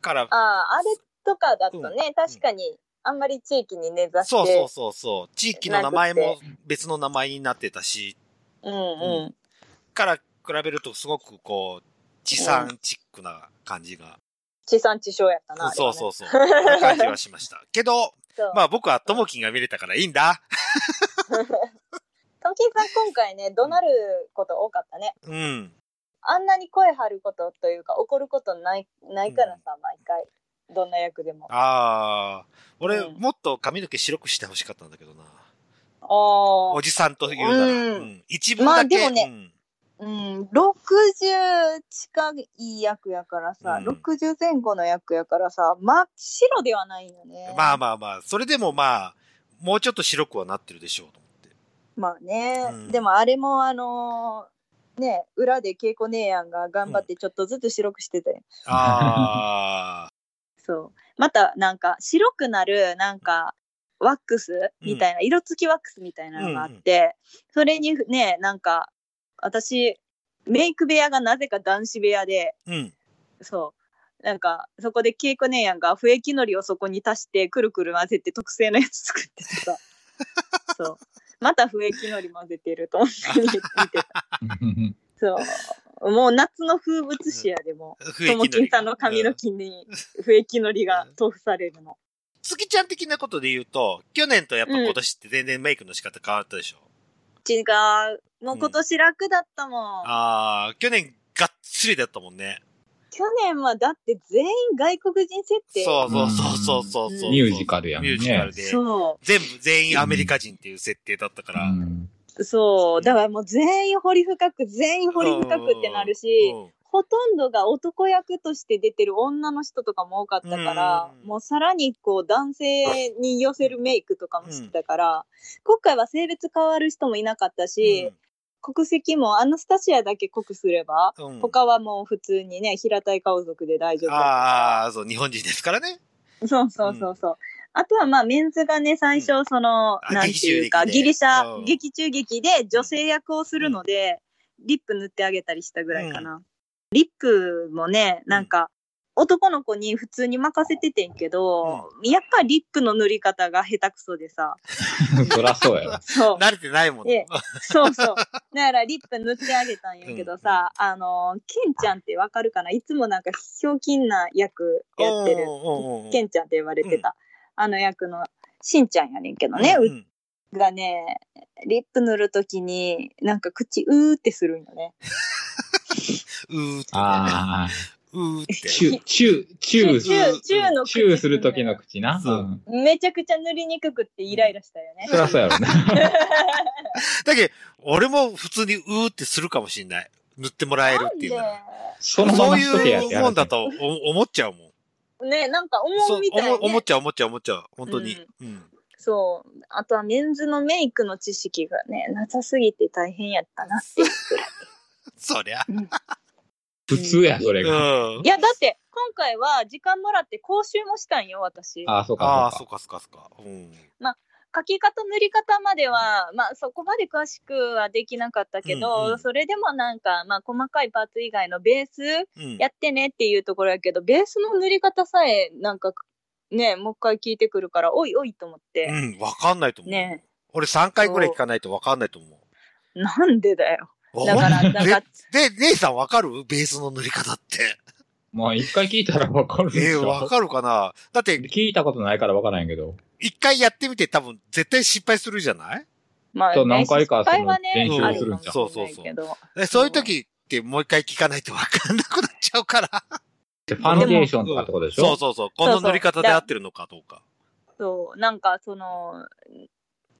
から、
ああ、あれとかだとね、確かに、あんまり地域に根ざして。
そうそうそうそう。地域の名前も別の名前になってたし、
うんうん。
から比べるとすごくこう、地産チックな感じが。
地産地消やったな。あれ
そ
は
う
ね
そうそう。な感じはしました。けど、
そう。
まあ僕はともきんが見れたからいいんだ。
トンキンさん今回ね、怒鳴ること多かったね。
うん。
あんなに声張ることというか、怒ることない、ないからさ、毎回。どんな役でも。あ
ああ、俺
うん
もっと髪の毛白くしてほしかったんだけどな。
あ
お。じさんと言うなら。
うん
うん一部だけ。
まあでもね
うん
うん、60近い役やからさ、
うん
60前後の役やからさ、真っ白ではないよね。
まあ
まあ。
まあまあ、それでもまあ、もうちょっと白くはなってるでしょうと思って。
ね、
うん
でもあれもあのーね、裏で稽古姉やんが頑張ってちょっとずつ白くしてたよ。
ああ、
そう。またなんか白くなるなんかワックスみたいな、色付きワックスみたいなのがあって、それにね、なんか私、メイク部屋がなぜか男子部屋で、
うん。
そう。なんか、そこで稽古姉やんが不液のりをそこに足して、くるくる混ぜて特製のやつ作っててさ。そう。また不液のり混ぜてると思って見てた。そう。もう夏の風物詩やでも、
雰
とも
囲
きん
気
さんの髪の
うん
毛に不液のりが塗布されるの。
月ちゃん的なことで言うと、去年とやっぱ今年って全然メイクの仕方変わったでしょ。
違う。もう今年楽だったもん。
ああ、去年がっつりだったもんね。
去年はだって全員外国人設定。
そうそうそうそうそうそう。
ミュージカルやんね
ミュージカルで。
そ
全部、全員アメリカ人っていう設定だったから。
うん
う。そう。だからもう全員掘り深く、全員掘り深くってなるし、
うん
ほとんどが男役として出てる女の人とかも多かったから、
うん
もうさらにこう男性に寄せるメイクとかもしてたから、今回は性別変わる人もいなかったし、国籍もアナスタシアだけ濃くすれば、
うん。
他はもう普通にね、平たい顔族で大丈夫だから
ああ、そう、日本人ですからね。
そうそうそうそう。あとはまあメンズがね、最
う
初その、
あ
なんていうか、
劇中劇で
ギリシ
う
ャ
ん
劇中劇で女性役をするので、リップ塗ってあげたりしたぐらいかな。リップもね、なんか、男の子に普通に任せててんけど、やっぱリップの塗り方が下手くそでさ。
そらそうやろ。
そう。
慣れてないもん。
で、 そうそう。だからリップ塗ってあげたんやけどさ、あの、ケンちゃんってわかるかないつもなんかひょうきんな役やってる
お。うおうおう
ケンちゃんって言われてた、あの役のしんちゃんやねんけどね、
う
うん
うん
がね、リップ塗るときに、なんか口うーってするんよね。
うーって。
ああ、
うーっ て。
チュ、チュ、チュー
チュー、チューの口
チューする時の口な。
そう
うん。
めちゃくちゃ塗りにくくってイライラしたよね
そ。らそうやろ ね。
だけど、俺も普通にうーってするかもしんない。塗ってもらえるっていうなら
そのま
そう
ましとけやっ
い
て
う
や
も
ら
ん
せ
だ
る。
とお思っちゃうもん。
ね、なんか
そ
思
う
うみたい、ね、
思思っちゃう思っちゃう思っちゃう。本当に。うん。
そう。あとはメンズのメイクの知識がね、なさすぎて大変やったなっていうくらい。
そりゃ。
普通や、それ
う
が。
ん
い。や、だって今回は時間もらって講習もしたんよ、私。
ああ、そう
あ
か
あ、、
そ
そううかそうかそうか。うん。
書き方塗り方までは、まあ、そこまで詳しくはできなかったけど、
うんうん
それでもなんか、まあ、細かいパーツ以外のベース
うん。
やってねっていうところやけどベースの塗り方さえなんかねもう一回聞いてくるからおいおいと思って、
うん、わかんないと思う。
ね
俺3回ぐらい聞かないとわかんないと思う。
なんでだよだ からなんか
で、で姉さんわかるベースの塗り方 って。
まあ、一回聞いたらわかるで
ええ
し
わ
ょ。
かるかなだって、
聞いたことないからわからんやけど。
一回やってみて多分絶対失敗するじゃない
まあ、
そう何回か
失敗はね
その練
習を
ある
す
るんじゃん
かもしれないけど
でそういう時ってもう一回聞かないとわかんなくなっちゃうから。
でファンデーションとかってことでし
そう
ょ
そうそう。この塗り方で合ってるのかどうか。
そうなんかその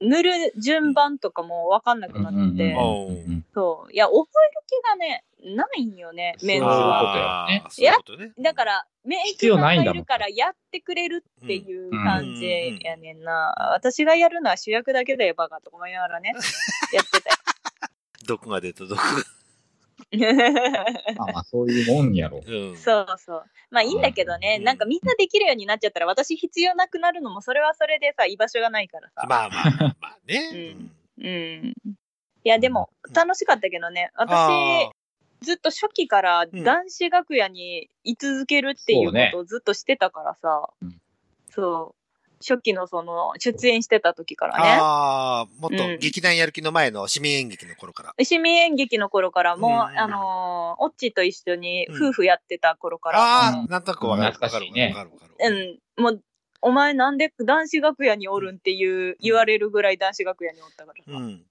塗る順番とかも分かんなくなって、
うんうん
あ
うんうん
そういや覚える気がねないんよねメンズ
そう
は。
ああ
そうい
そうい
う
うことね。
だから、メイクさんがいるからやってくれるっていう感じやねんな。私がやるのは主役だけだよ、バカと思いなが らね。やって
毒が出た毒が。
たよ。
まあまあ、そういうもんや ろ。
うん。
そうそう。まあいいんだけどね、
うん
なんかみんなできるようになっちゃったら私必要なくなるのもそれはそれでさ、居場所がないからさ。
まあまあまあまあね。
うんうん。いや、でも楽しかったけどね。私
あ、
ずっと初期から男子楽屋に居続けるっていうことをずっとしてたからさ、
う
そう,、
ね
初期のその出演してた時から
ああ、もっ
う
と
ん
劇団やる気の前の市民演劇の頃から。
ね、市民演劇の頃からも、
うん
あのーオッチーと一緒に夫婦やってた頃から、
ああ、なんとなくわかる。
懐かしいね
わかるわかるわか
う
る。
ん、もう、お前なんで男子楽屋におるんっていう言われるぐらい男子楽屋におったからさ。
うん。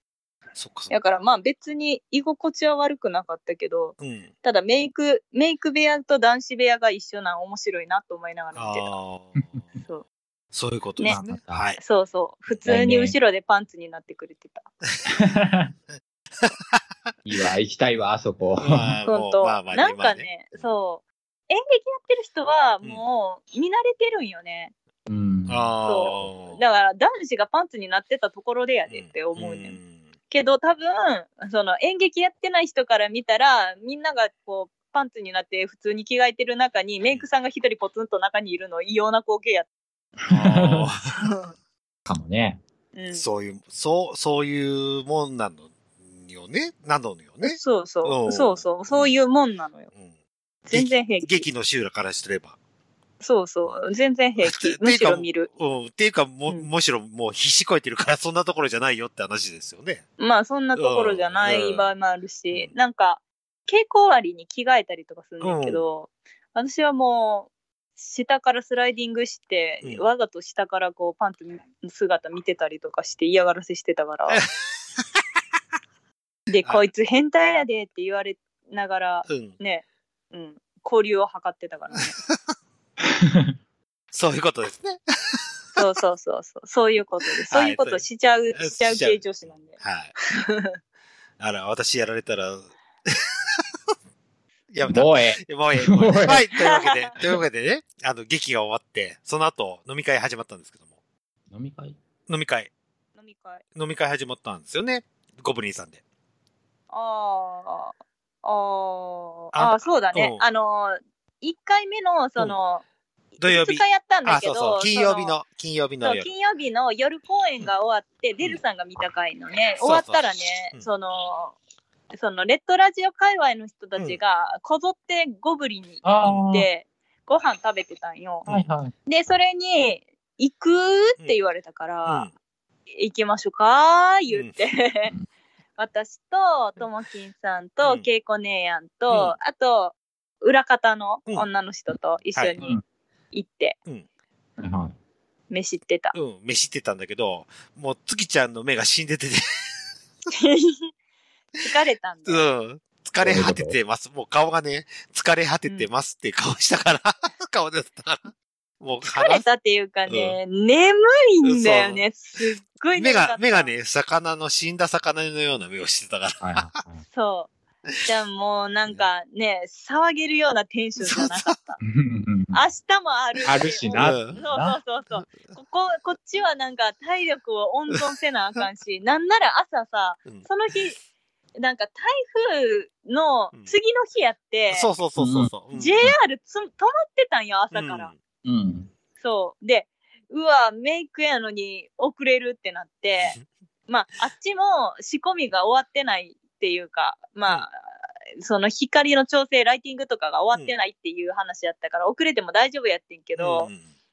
そっかそっ
だ
か。
からまあ別に居心地は悪くなかったけど、
うん。
ただメイク、メイク部屋と男子部屋が一緒なん面白いなと思いながら見てた。
ああ
そう。
そういうことですね
ね。
はい。
そうそう。普通に後ろでパンツになってくれてた。
いいわ、行きたいわ、あそこ。
まあも
本
う
当、
まあまあ
なん
今
かね、そう。演劇やってる人はもう見慣れてるんよね。
うん。
ああ。
そだから男子がパンツになってたところでやでって思うね、ん。
ん
けど多分、その演劇やってない人から見たら、みんながこう、パンツになって普通に着替えてる中にメイクさんが一人ポツンと中にいるの異様な光景やっ
ああ
かもね。
た。うん。
そういう、そう、そういうもんなのよね。なのよね。
そう
う
そ
ん
う。そうそう。そういうもんなのよ。
うん
全然平気。
劇の修羅からすれば。
そうそう。全然 平
っていう
気
か。
むしろ見る。
うん。っていうか、も、
うん
むしろもう必死こいてるから、そんなところじゃないよって話ですよね。
まあそんなところじゃな
う
い
ん
場合もあるし、
うん
なんか、蛍光割に着替えたりとかするんだけど、私はもう、下からスライディングして、
うん
わざと下からこうパンツの姿見てたりとかして嫌がらせしてたから。 で、こいつ変態やでって言われながら、
うん。
ね、うん、交流を図ってたからね。
そういうことですね。
そうそうそうそう。そういうことです。
はい
そういうことしちゃう、
そう
しちゃう
しちゃう
系女子なんで。
はい。あら、私やられたら、やめた。
もうえ
もうええ、
も
も
う
う
え
え
え
え。はい、というわけで、というわけでね、あの、劇が終わって、その後、飲み会始まったんですけども、
え。飲み会
飲み会、
飲み会。
飲み会始まったんですよね。ゴブリンさんで。
あーあー。
あ
ああ、そうだ
うん
ね。あのー、1回目の、その、
土曜日
2日やったんだ
あ、
けど、
そうそう、金曜日
そ
の、金曜日
の。
の
そう
夜。
金曜日の夜公演が終わって、デルさんが見た回のね、
そう
終
そ
わ
う
ったらね、
うん
その、そのレッドラジオ界隈の人たちがこぞってゴブリに
あ
行って、ご飯食べてたんよ。
はいはい。
で、それに、行くって言われたか
う
ら、
ん。
行きましょうか言って、
う
私とともきんさんと、
うん
けいこ姉やんと、
うん
あと裏方の
うん
女の人と一緒
はい
に
うん
行って
はいはい。
飯ってた、
うん、飯ってたんだけど、もう、月ちゃんの目が死ん でてて、
疲れたん
う
で、
ん、疲れ果ててます。もう顔がね、疲れ果ててますって顔したから、顔だったから。もう
疲れ
話す、
たっていうかね、眠いんだよねすっごい
目
眠かった
が、目がね、魚の、死んだ魚のような目をしてたから。
はいはいはい。
そうじゃあもうなんかね騒げるようなテンションじゃなかった
うんうんうん
明日もある
あるしな。
うん
そうそうそうそう。ここ、こっちはなんか体力を温存せなあかん し、なんなら朝さ、
うん
その日、なんか台風の次の日やって、
そうそうそうそうそう。うん
JR つ止まってたんよ、朝から。
うん
うん。
そう。で、うわ、メイクやのに遅れるってな って、まあ、あっちも仕込みが終わってないっていうか、まあ、その光の調整、ライティングとかが終わってないっていう話やったから、遅れても大丈夫やってんけど、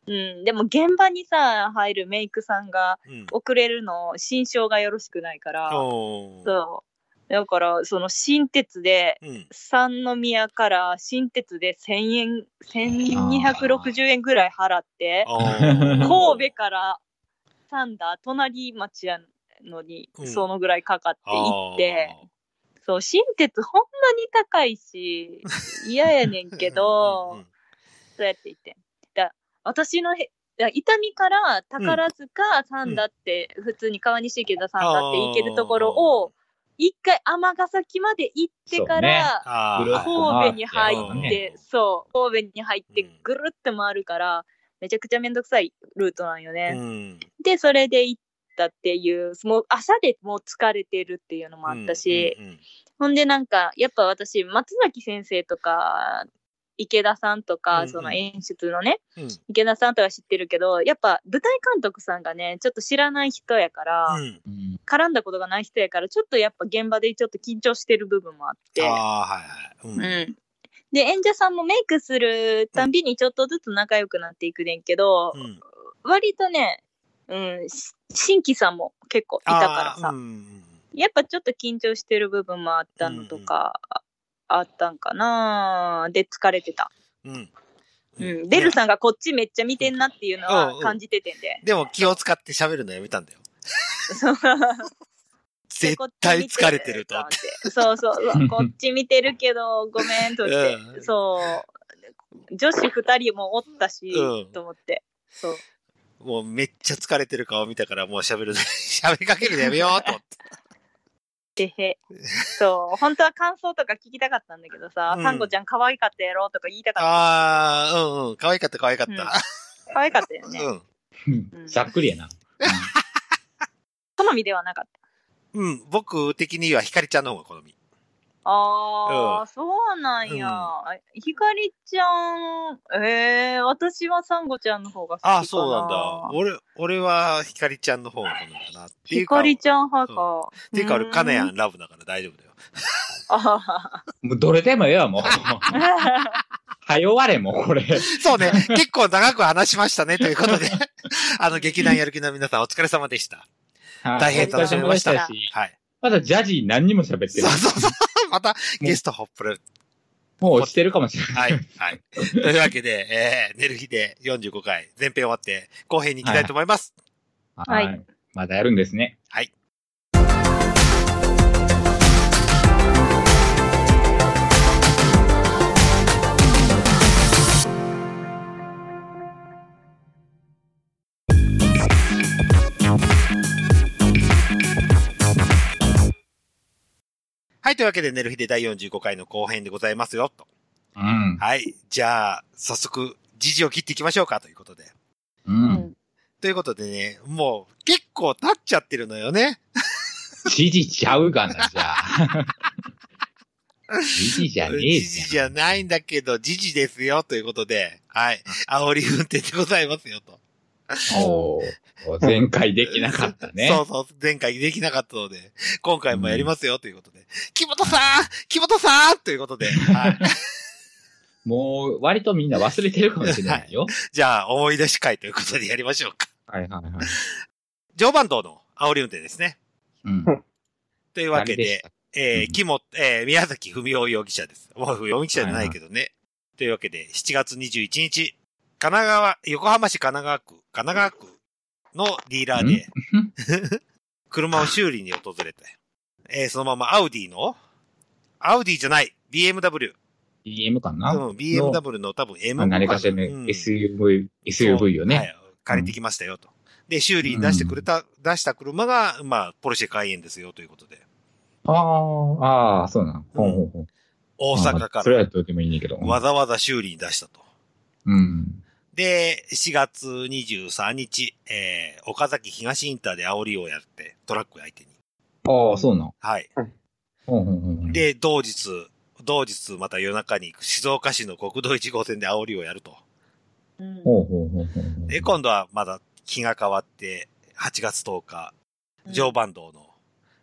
うん、でも現場にさ、入るメイクさんが
うんうん。
遅れるの、心象がよろしくないから、
おー
そう。だから、その新鉄で、
うん。
三宮から新鉄で1000円、1260円ぐらい払って、
おー
神戸から三田、隣町やのに、
うん
そのぐらいかかって行って、
あー
そう、新鉄ほんまに高いし、嫌やねんけど、
うんうん
そうやって言って。だ私のへ、だ伊丹から宝塚さんだって、普通に川西池田さんだって行けるところを、一回尼崎まで行ってから、
あ
ぐるっ
ー
と
神戸に入
そう
っ
ね
て、そう、神戸に入って
うん
ぐるっと回るから、めちゃくちゃめんどくさいルートなんよね。
うん
で、それで行ったっていう、もう朝でもう疲れてるっていうのもあったし、
うんうんうん
ほんでなんか、やっぱ私、松崎先生とか、池田さんと
うんう
か、
ん
その演出のね、
うん
池田さんとか知ってるけど、やっぱ舞台監督さんがね、ちょっと知らない人やから、
うん
うん
絡んだことがない人やから、ちょっとやっぱ現場でちょっと緊張してる部分もあって、
あー、はいはい。う
うんん。で、演者さんもメイクするたんびにちょっとずつ仲良くなっていくねんけど、
うん。
割とね、うん、し新規さんも結構いたからさ、
あーうん
やっぱちょっと緊張してる部分もあったのとか、ああったんかなで、疲れてた。
うん。
う
うん
ん。デルさんがこっちめっちゃ見てんなっていうの
うん
は
うん
感じてて んで。
でも気を使って喋るのやめたんだよ。
そう
絶対疲れてると思って。
そうそうう わ、こっち見てるけど、ごめんとって、
うん
そう、女子二人もおったし、
うん
と思って、そう。
もうめっちゃ疲れてる顔見たからもう喋るの、喋りかけるのやめ ようと思 って。
でへ。そう、本当は感想とか聞きたかったんだけどさ、
うん
サンゴちゃん可愛かったやろとか言いたかっ
ああ、うんうん。可愛かった可愛かった。
た。可愛かったよね。
うん。
うんざっくりやな。
好みではなかった。
うん。僕的にはひかりちゃんの方が好み。
ああ、
う
そうなんや。
うん
あひかりちゃん、ええ私はサンゴちゃんの方が好きかな。
ああ、そうなんだ。俺、俺はひかりちゃんの方が好みかな。ってい
ひ
うか、
かり
っ
ちゃん派か。
ていうか俺、カネヤ
う
ン
ん。
ラブだから大丈夫だよ。
あはは
もうどれでもええわ、もう。はよわれ、もう、これ。
そうね。結構長く話しましたね。ということで、 あの、劇団やる気の皆さんお疲れ様でした。大変楽しみました
お疲れ様でし
はい。
まだジャジー何にも喋っ
そ
てな
う
い。
そう そう。また、ゲストホップル。
もう落ちてるかもしれな。
はいい。 はい。というわけで、えー、寝る日で45回、前編終わって、後編に行きたいと思います。
はい
はい。まだやるんですね。
はい、はい、というわけで、寝る日で第45回の後編でございますよ、と。
うん。
はい、じゃあ、早速、時事を切っていきましょうか、ということで。
う。
うんん。
ということでね、もう、結構経っちゃってるのよね。
指示ちゃうがな、じゃあ。指示じゃねえ
時事
じ
じ
ゃん。
ゃないんだけど、時事ですよ、ということで。はい、煽り運転でございますよ、と。
おー前回できなかったね。
そうそう、前回できなかったので、今回もやりますよ、ということで。木本さん木本さんということで、 はい。
もう、割とみんな忘れてるかもしれないよ。
じゃあ、思い出し会ということでやりましょうか。
はいはいはい。
常磐道の煽り運転ですね。
うん。
というわけで、え
う
ー、
ん
木本、えー、宮崎文夫容疑者です。もう容疑者じゃないけどね。というわけで、7月21日、神奈川、横浜市神奈川区、神奈川区のディーラーで、 車を修理に訪れて、えー、そのままアウディの、アウディじゃない、BMW。
DM か
う
な、
ん、BMW の多分 M
あ何かしら
て
ね、SUV、SUV よ
は
ね。
い。借りてきましたよと。で、修理に出してくれた、出した車が、まあ、ポルシェカイエンですよということで。
ああ、ああ、そうなの。ほうほうほう
大阪か
それ
ら
はどうでもいいんだけど。
わざわざ修理に出したと。
うん。
で、4月23日、えー、岡崎東インターで煽りをやって、トラック相手に。
ああ、そうなの。
はい。
ほうほうほうほう、
で、同日、同日また夜中に静岡市の国道1号線で煽りをやると。
うん
ほうほうほうほうほう。
で、今度はまだ日が変わって、8月10日、常磐道の、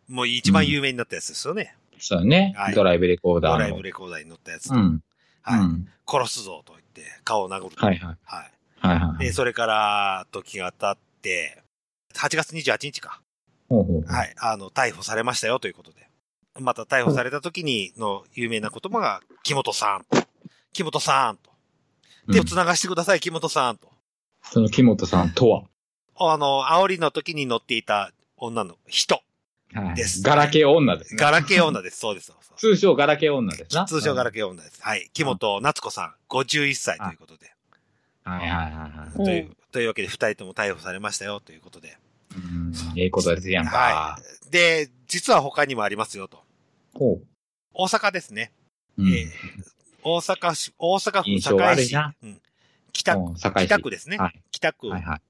もう一番有名になったやつですよね。
そうだね、
はい
ドライブレコーダー
ド
の。
ライブレコーダーに乗ったやつ。
うん。
はい、
うん。
殺すぞと言って、顔を殴ると。
はいはい。
はい。
はいはい。
で、それから、時が経って、8月28日か。
ほうほうほう。
はい。あの、逮捕されましたよということで。また逮捕された時にの有名な言葉が、木本さん。木本さんと。
うん
手を繋がしてください、木本さんと。
その木本さんとは。
あの、煽りの時に乗っていた女の人。
はい。
です
ガラケー女です、ね。
ガラケー女です。そうです。そうです
通称ガラケー女ですな。
通称ガラ
ケ
ケー女です。はい。木本夏子さん、51歳ということで。
ー。はいはいはいはい。
という、というわけで、二人とも逮捕されましたよということで。
うん。ええことですやんか。
はで、実は他にもありますよと。
ほ
大阪ですね。
う。うん。
ええ大阪市、大阪府
印象悪
堺
い
市。
な
うん、北区、
もう堺市
北区ですね。
はい
北区。
はいはい。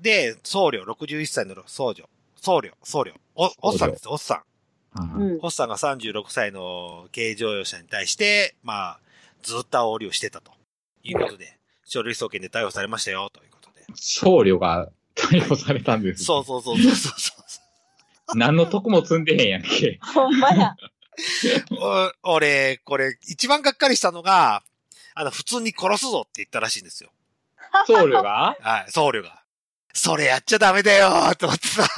で、僧侶、61歳の僧侶、僧侶、僧侶、お、おっさんです、おっさん。
はい
うん。
おっさんが36歳の軽乗用車に対して、まあ、ずっと煽りをしてたということで、書類送検で逮捕されましたよということで。
僧侶が逮捕されたんです。
そうそうそうそうそうそう。
何の得も積んでへんやんけ。
ほんまや。
お俺、これ、一番がっかりしたのが、あの、普通に殺すぞって言ったらしいんですよ。
僧侶が
はい、僧侶が。それやっちゃダメだよーと思ってさ。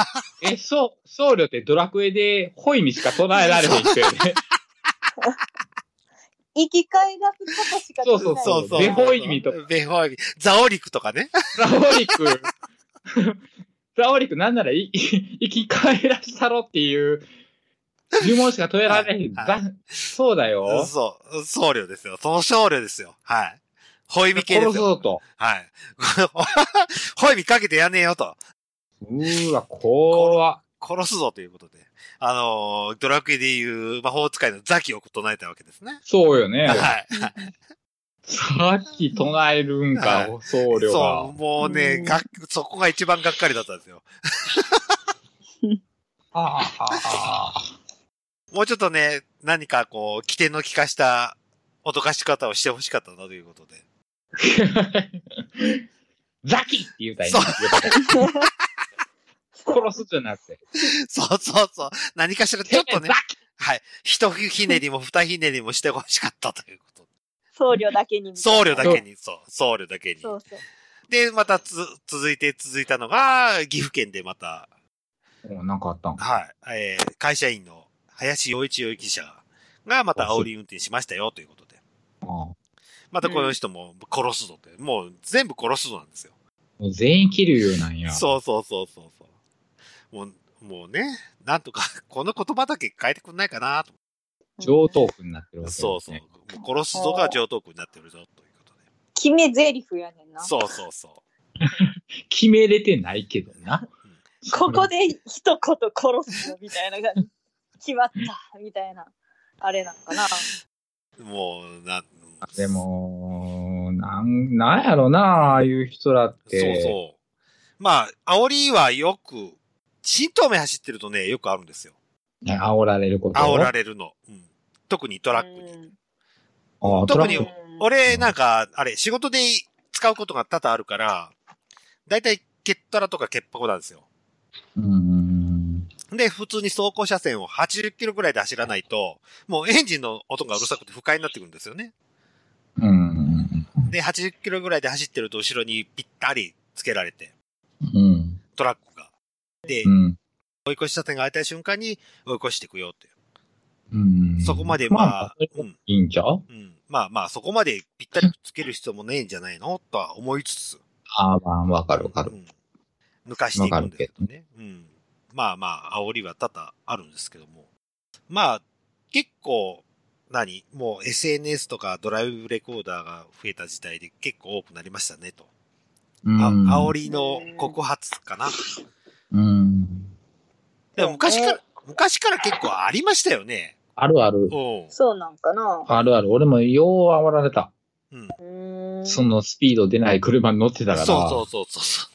え、そう、僧侶ってドラクエでホイミしか唱えられへん 人よね。
生き返らすことしかできない。
そう
そうそう。
ベホイミとか。
ベホイミ。ザオリクとかね。
ザオリク、ザオリクなんならい 生き返らしたろっていう呪文しか唱えられへん。
はいは
ざそうだよ。
そう。僧侶ですよ。その僧侶ですよ。はい。ホイミ系で
殺
すよ。
そうと。
はい。 ホイミかけてやんねえよと。
うーわ、怖っ
殺すぞということで。あのードラクエでいう魔法使いのザキを唱えたわけですね。
そうよね。
はい。
さっき唱えるん
は
か
い、
僧侶
そ
が
う、。もうね、
うん
がっそこが一番がっかりだったんですよ。
あああああ
もうちょっとね、何かこう、起点の利かした、脅かし方をしてほしかったなということで。
あザキって言うたらいいんですよ 殺すじゃなくて。
そうそうそう。何かしらちょっとね
ザ、
はい。一ひねりも二ひねりもしてほしかったということ。
僧侶だけに。
僧侶だけに、そう、僧侶だけに。
そうそう。
で、またつ、続いて続いたのが、岐阜県でまた、
キおなんかあったんか。
はい。えー会社員の林洋一容疑者がまた煽り運転しましたよということで。
ああも
またこの人も殺すぞって、もう全部殺すぞなんですよ。
う全員切るようなんや。
そうそうそうそうそう。もう、もうね、なんとか、 この言葉だけ変えてくんないかなと。
上等句になってるわけですね。
そうそう。もう殺すぞが上等句になってるぞ、ということで。
決め台詞やねんな。
そうそうそう。
決めれてないけどな。
ここで一言殺すのみたいな感じ。決まったみたいな。あれなのかな。
もう、な、
でも、なん、なんやろな、ああいう人らっ
そう
て。う
そう。まあ、煽りはよく、新東名走ってるとね、よくあるんですよ。
そう。煽られること。
煽ら
れ
れるの。うん、特にトラックに。
に。
ああ、ト
特
ラ
に
ック。
俺、なんか、あれ、仕事で使うことが多々あるから、だいたいケットラとかケッパコなんですよ。
うんうん
で、普通に走行車線を80キロぐらいで走らないと、もうエンジンの音がうるさくて不快になってくるんですよね。
うん。うん
で、80キロぐらいで走ってると後ろにぴったりつけられて、
うんうん。
トラックが。で、
うん。
追い越し車線が開いた瞬間に追い越していくよって。
うん。
そこまでまあ、
い
うん、
いんちゃう
うん。まあまあ、そこまでぴったりつける必要もねえんじゃないのとは思いつつ。
ああ、まあ、わかるわか
う
る。
ん抜かしていくんですけどね。うん。まあまあ、煽りは多々あるんですけども。まあ、結構、何もう SNS とかドライブレコーダーが増えた時代で結構多くなりましたねと。
うん。
あ煽りの告発かな。
うん。
でも昔から、昔から結構ありましたよね。
あるある
う。ん。
そうなんかな。
あるある。俺もよう煽られた。
うーん。
そのスピード出ない車に乗ってたから。
そうそうそうそうそう。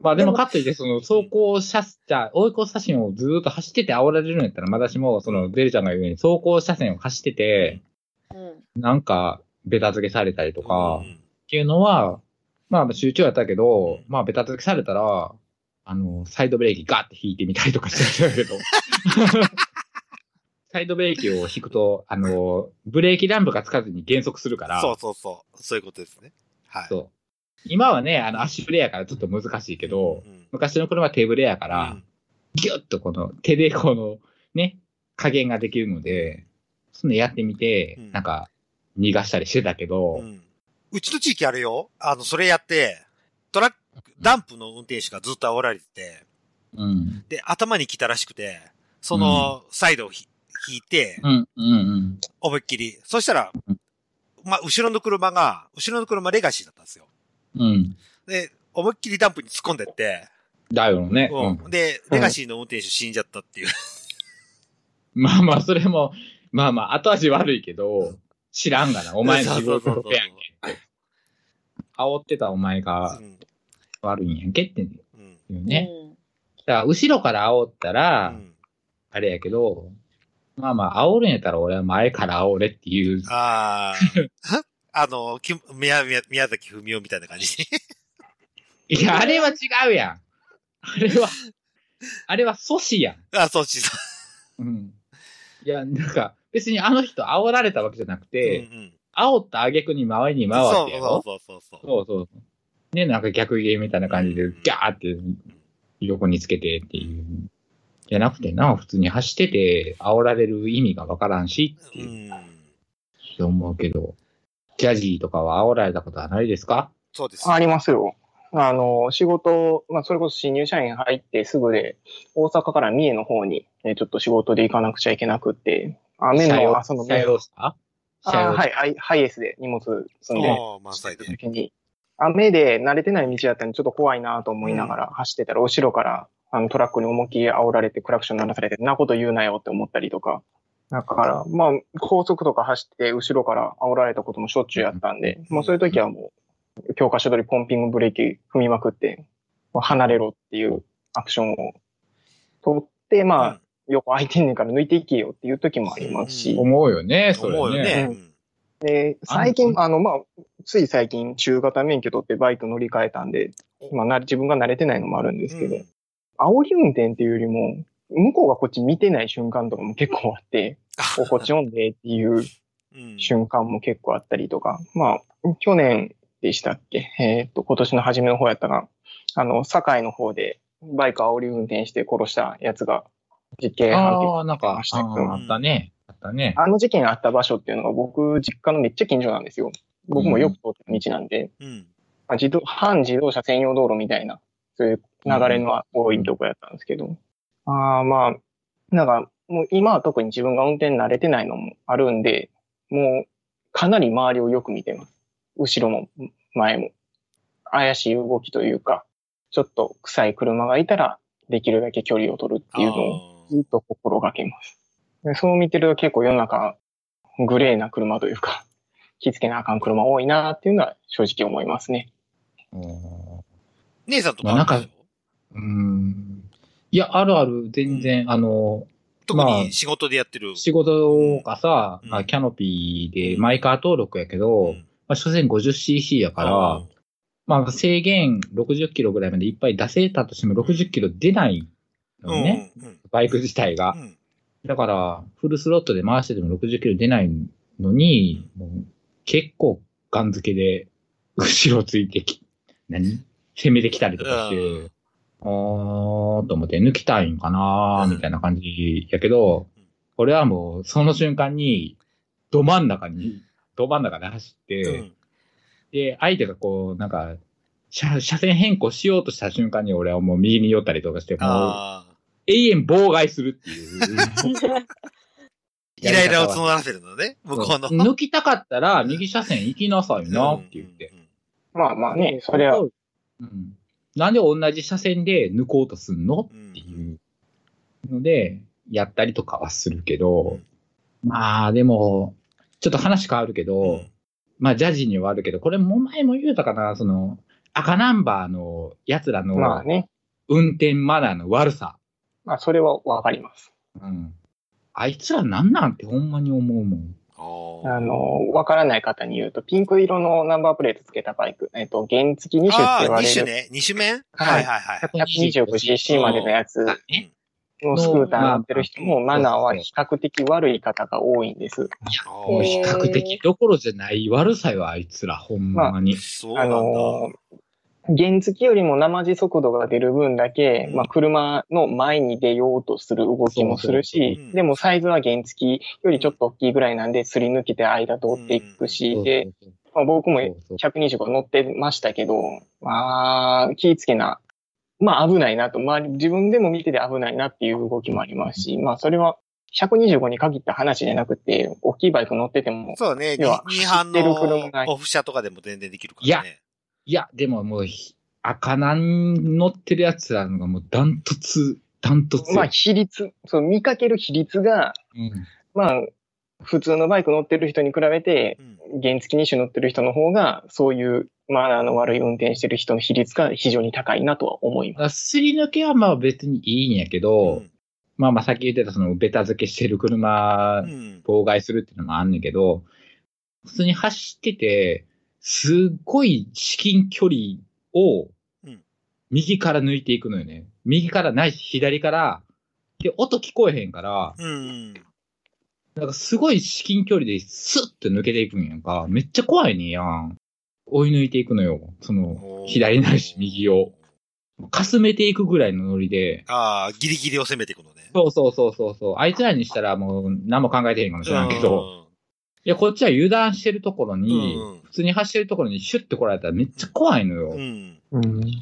まあでも、かといって、その、走行車、じゃあ追い越し車線をずーっと走ってて煽られるんやったら、まだしも、その、ベルちゃんが言うように、走行車線を走ってて、
うん。
なんか、ベタ付けされたりとか、
う
っ
ん
ていうのは、まあ、集中やったけど
うん、
まあ、ベタ付けされたら、あの、サイドブレーキガーって引いてみたりとかしてたけど、 サイドブレーキを引くと、あの、ブレーキランプがつかずに減速するから、
そうそうそう。そういうことですね。はい。
そう今はね、あの、足ブレやからちょっと難しいけど、
うん
昔の車は手ブレやから、
うん
ギュッとこの手でこのね、加減ができるので、そんなやってみて、
うん
なんか逃がしたりしてたけど、
うんうちの地域あれよ、あの、それやって、トラック、ダンプの運転手がずっと煽られてて、
うん。
で、頭に来たらしくて、その、サイドをひ引いて、
うん、うん、うん。
思いっきり。そしたら、まあ、後ろの車が、後ろの車レガシーだったんですよ。
うん。
で、思いっきりダンプに突っ込んでって、
だよね。う
うん
ん。
で、レガシーの運転手死んじゃったっていう。
まあまあ、それも、まあまあ、後味悪いけど、知らんがな。お前の仕
そ
事
うそうそうそう
やんけって。煽ってたお前が
うん
悪いんやんけっていう
うん
ね。だから、後ろから煽った
う
ら、
ん
あれやけど、まあまあ、煽るんやったら俺は前から煽れっていう、
ああ。あの、き宮宮宮崎文雄みたいな感じで。
いや、あれは違うやん。あれは、あれは阻止や
あ、そうし、そ
ん。うん。いや、なんか、別にあの人煽られたわけじゃなく
う。う
て、
んうん
煽った挙句に回りに回ってやろ
そうそうそうそう。
そうそうそう。ね、なんか逆ゲーみたいな感じで
うん、
ギャーって横につけてっていう。じゃなくてな、普通に走ってて、煽られる意味がわからんしっていう
うん。
って思うけど、ジャジーとかは煽られたことはないですか
そうです。
ありますよ。あの、仕事、まあ、それこそ新入社員入ってすぐで、大阪から三重の方に、ね、ちょっと仕事で行かなくちゃいけなくって、雨
社
の、
用
あ、その、
社用した社
あ
用
はい、ハイハイエースで荷物積んで、
ああ、満載で。
時に、雨で慣れてない道だったんで、ちょっと怖いなと思いながら走ってたら、後ろからあのトラックに思いっきり煽られて、クラクション鳴らされて、んなこと言うなよって思ったりとか。だから、まあ、高速とか走って、後ろから煽られたこともしょっちゅうやったんで、
うん
もうそういう時はもう、教科書通りポンピングブレーキ踏みまくって、もう離れろっていうアクションを取って、まあ、横空いてんねんから抜いていけよっていう時もありますし、
思うよね、
うん
それ
思うよね。
で、
あ
最近
う、ん
あの、まあ、つい最近、中型免許取ってバイク乗り換えたんで、まあ、な自分が慣れてないのもあるんですけど、
うん
煽り運転っていうよりも、向こうがこっち見てない瞬間とかも結構あって、お、こっち読んでっていう
うん
瞬間も結構あったりとか、まあ、去年でしたっけえーっと、今年の初めの方やったが、あの、堺の方でバイク煽り運転して殺したやつが実刑判決
ああ、なんか、あーあったね。あったね。
あの事件があった場所っていうのが僕、実家のめっちゃ近所なんですよ。僕もよく通った道なんで、
うん。
まあ自動反自動車専用道路みたいな、そういう流れの多いとこやったんですけど。ああ、まあ、なんか、もう今は特に自分が運転慣れてないのもあるんで、もう、かなり周りをよく見てます。後ろも、前も。怪しい動きというか、ちょっと臭い車がいたら、できるだけ距離を取るっていうのを
あー
ずっと心がけます。でそう見てると結構世の中、グレーな車というか、気付けなあかん車多いなっていうのは正直思いますね。
姉さんとか
まあなんか
あるでしょ
うん。いや、あるある、全然、あの、
特
まあ
に仕事でやってる。
仕事がさ、
うん
まあキャノピーでマイカー登録やけ
う
ど、
ん
まあ、所詮 50cc やから、
うん
まあ制限60キロぐらいまでいっぱい出せたとしても60キロ出ないのよね、
うん。
バイク自体が
う。ん。
だから、フルスロットで回してても60キロ出ないのに、もう結構ガン付けで、後ろついてき、何攻めてきたりとかして、
うん
あーと思って抜きたいんかなーみたいな感じやけど
うん、
俺はもうその瞬間に、ど真ん中に、ど真ん中で走って、
うん
で、相手がこう、なんか、車車線変更しようとした瞬間に俺はもう右に寄ったりとかして、もう
ああ。
永遠妨害するっ ていう。
イライラを募らせるのね、向こうの。
うん抜きたかったら、右車線行きなさいなって言って。
うん。うん
まあまあね、それは、
うんなんで同じ車線で抜こうとすんの
うん
っていうので、やったりとかはするけ
う
ど
ん、
まあでも、ちょっと話変わるけど、
うん
まあジャジにはあるけど、これも前も言うたかな、その、赤ナンバーの奴ら
まあ
の
ね、
運転マナーの悪さ。
まあそれはわかります。
うんあいつらなんなんってほんまに思うもん。
あ
あの、わからない方に言うと、ピンク色のナンバープレートつけたバイク、えっと、原付2種
ー
って言
あ
わ
ー、二
れ
種
る、
ね。二種面は
はい
いはいはい。
125cc までのやつ
ね
のスクーターに乗ってる人も、
ま
マ
あ
ナーは比較的悪い方が多いんです。
もう
あ
比較的どころじゃない悪さよ、あいつら、ほんまに
ー。そうな
あ
んだ。
の、原付よりも生地速度が出る分だけ、
うん
まあ、車の前に出ようとする動きもする
そう
し
そううん、
でもサイズは原付よりちょっと大きいぐらいなんで、すり抜けて間通っていくし、で、まあ、僕も
そうそう
125乗ってましたけど、まあ、気ぃつけな。まあ危ないなと、まあ自分でも見てて危ないなっていう動きもありますし、まあそれは125に限った話じゃなくて、大きいバイク乗ってても、
そうだね。
要は
二班
知ってる
の
車が
オフ車とかでも全然できるからね。
いや、でももう、ひ赤なん乗ってるやつらのがもうダントツ、ダントツ。
まあ比率、そう見かける比率が、
うん
まあ普通のバイク乗ってる人に比べて、
うん
原付2種乗ってる人の方が、そういうマナーの悪い運転してる人の比率が非常に高いなとは思い
だ
ま
からすり抜けはまあ別にいいんやけど、
うん
まあまあさっき言ってたそのベタ付けしてる車
うん。
妨害するっていうのもあんねんけど、普通に走ってて、すっごい至近距離を
うん、
右から抜いていくのよね。右からないし、左から、で、音聞こえへんから、
うん。
なんかすごい至近距離でスッて抜けていくんやんか。めっちゃ怖いねんやん。追い抜いていくのよ。その
お、ー
左ないし、右を。。かすめていくぐらいのノリで。
ああ、ギリギリを攻めていくのね。
そうそうそうそうそう。あいつらにしたらもう何も考えてへんかもしれないけど。いや、こっちは油断してるところに、
うん
普通に走ってるところにシュッて来られたらめっちゃ怖いのよ。
う。
うん、
うんん。
す。うん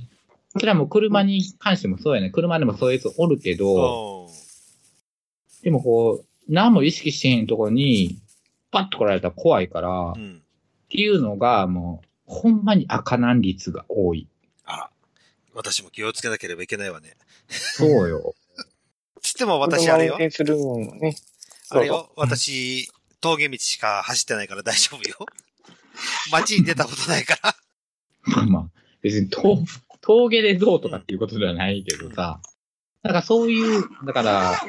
それはもう車に関してもそうやね。車でもそういうやつおるけど、でもこう、何も意識してへんところに、パッと来られたら怖いから、
う
っ
ん。
ていうのがもう、ほんまに赤難率が多い。
あら。私も気をつけなければいけないわね。
そうよ。
つっても私あれよ
車。運転するのもね。
あれよ。私、峠道しか走ってないから大丈夫 よ。街に出たことないから。
まあまあ、別に峠峠でどうとかっていうことではないけどさ、なんかそういう、だから、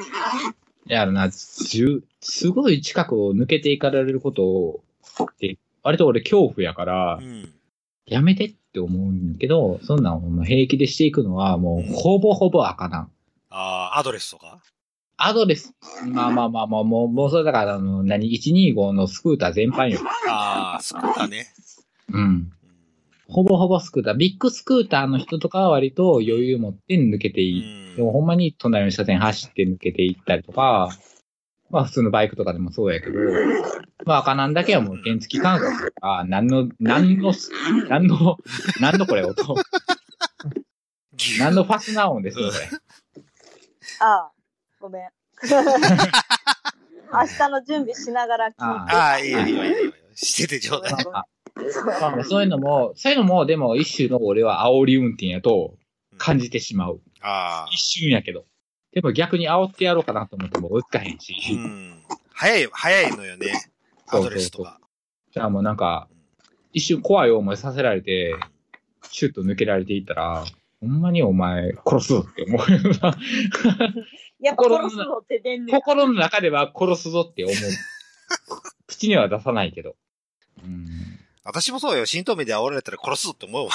やるな、じゅすごい近くを抜けていかれることを、で割と俺恐怖やから
う、ん。
やめてって思うんだけど、そんなんほんま平気でしていくのはもうほぼほぼあかなん。
ああ、アドレスとか
アドレス、まあまあまあまあ、もう、もうそれだから、あの、何、125のスクーター全般よ。
ああ、そこだね。
うん。ほぼほぼスクーター。ビッグスクーターの人とかは割と余裕持って抜けて
う
いい。
ん
でもほんまに隣の車線走って抜けていったりとか、まあ普通のバイクとかでもそうやけど、まあ赤なんだけはもう原付感覚とか、何の、何の、何の、何のこれ音、
牛
何のファスナー音ですよ、これ。
ああ、ごめん。明日の準備しながら聞いて
あ
ああ、いいよいいよいいよ。しててちょうだい。
まあまあまあそういうのも、そういうのも、でも一種の俺は煽り運転やと感じてしまう。
ああ。
一瞬やけど。でも逆に煽ってやろうかなと思っても追いつかへんし。
うん。早い、早いのよね。アドレスとか。
じゃあもうなんか、一瞬怖い思いさせられて、シュッと抜けられていったら、ほんまにお前殺すぞって思うよな。
やっぱ殺すぞって出んねや。
心の中では殺すぞって思う。口には出さないけど。うん。
私もそうよ。新透明で煽られたら殺すぞって思うわ。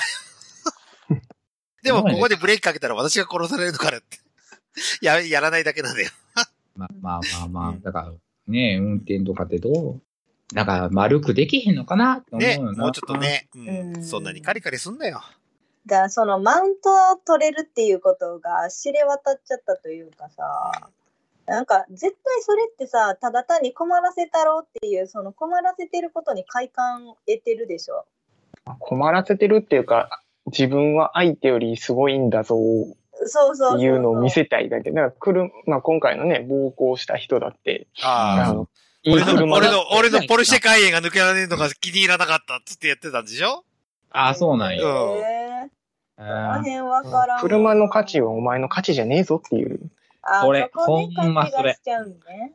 でも、ここでブレーキかけたら私が殺されるからって。 や、やらないだけなんだよ。
まあまあまあま
う
あ
ん、
だからね、運転とかってどうなんか丸くできへんのかなって思う
ね。
よな。
もうちょっと。ね。う
うん
ん。そんなにカリカリすんなよ。
だからそのマウントを取れるっていうことが知れ渡っちゃったというかさ、なんか絶対それってさ、ただ単に困らせたろうっていう、その困らせてることに快感を得てるでしょ。
困らせてるっていうか、自分は相手よりすごいんだぞっ
そうそうそうそう。
ていうのを見せたいだけ。だから、車、まあ今回のね、暴行した人だって、
あ
あ
あ。
の、いい
俺の、
車
俺
だ
の、俺のポルシェ海エが抜けられるのが気に入らなかったっつってやってたんでしょ
ああ、そうなん
う
や。
ん
へえあ
あ
の辺わからん。
車の価値はお前の価値じゃねえぞっていう。
あ
これ
そこね
ほんまそれ
勘違いしちゃうね。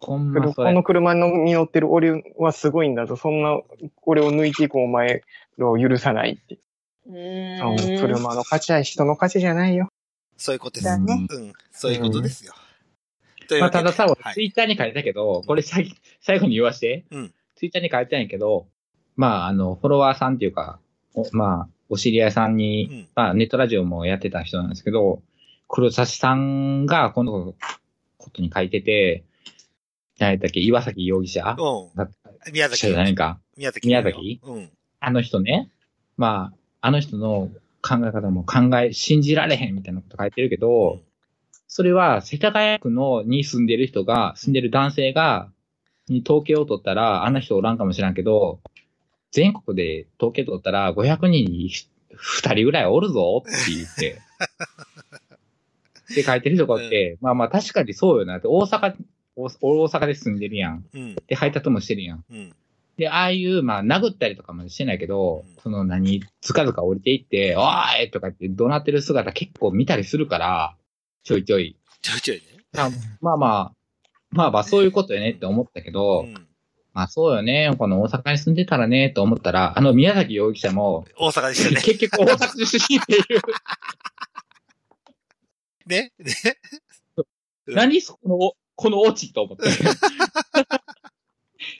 ほんま
こ
それ
の。車のに乗ってる俺はすごいんだぞ。そんな、俺を抜いていくお前を許さないって。
う
あの
ーん。
車の価値は人の価値じゃないよ。
そういうことで
だ
す。
ね。
うん。そういうことですよ。というわ
まあ、
け
た
で
ださ、
はい
ツイッターに書いたけど、これさ最後に言わして、
うん
ツイッターに書いたんやけど、まあ、あの、フォロワーさんっていうか、おまあ、お知り合いさんに、
うん
まあ、ネットラジオもやってた人なんですけど、黒差しさんがこのことに書いてて、何だっけ、岩崎容疑者
う
だ
ん。宮
じゃ
崎。
ないか。
宮崎。
宮崎
うん。
あの人ね、まあ、あの人の考え方も考え、信じられへんみたいなこと書いてるけど、それは世田谷区のに住んでる人が、住んでる男性が、に統計を取ったら、あんな人おらんかもしらんけど、全国で統計取ったら500人に2人ぐらいおるぞって言って。って書いてるとこって、まあまあ確かにそうよなって、大阪、大大阪で住んでるやん。
うん。
で、配達もしてるやん。
うん。
で、ああいう、まあ、殴ったりとかもしてないけど
うん、
その何、ずかずか降りていって、おーいとかって怒鳴ってる姿結構見たりするから、ちょいちょい。
ちょいちょいね。
あまあまあ、まあまあ、そういうことよねって思ったけど、
うん。
まあそうよね、この大阪に住んでたらね、と思ったら、あの宮崎容疑者も、
大阪でしたね。
結局大阪出身っていう、
ね。ね。うん
何その、このオチと思 って。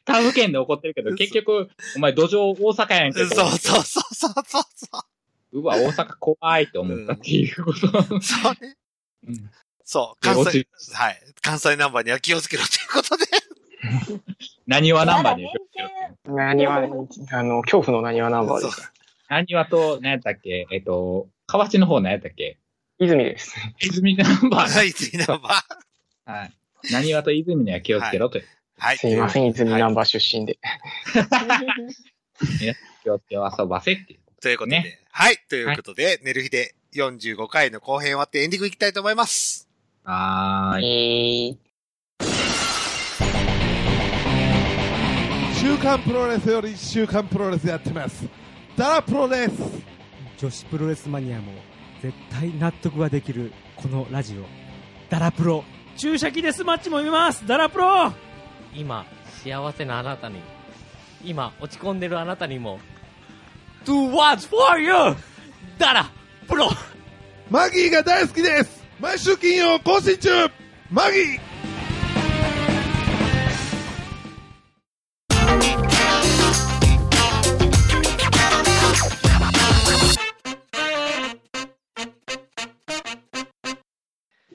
他府県で起こってるけど、結局、お前土壌大阪やんけ
そう
ど、
そうそうそうそう
うわ、大阪怖いって思ったっていうこと。
そう。そうね。
うん
そう。
で
関
落
西
ち、
はい。関西ナンバーには気をつけろということで。
何はナンバーに
まだ偏見
何は、あの、恐怖の何はナンバー
そ
で
う
す。
何はと、何やったっけえっと、河内の方何やったっけ
泉です。
泉ナンバー
はい、次ナンバー。
はい。何はと泉には気をつけろという。
はい。
すいません、泉
はい
ナンバー出身で。
気をつけ遊ばせっていう。
ということで。
ね
はい。ということで、寝る日で45回の後編終わってエンディングいきたいと思います。
はーい。
週刊プロレスより週刊プロレスやってます。ダラプロです。
女子プロレスマニアも絶対納得ができるこのラジオダラプロ注射器デスマッチも見ますダラプロ
今幸せなあなたに今落ち込んでるあなたにも
Do what's for you!
ダラプロ
マギーが大好きです。毎週金曜更新中。マギー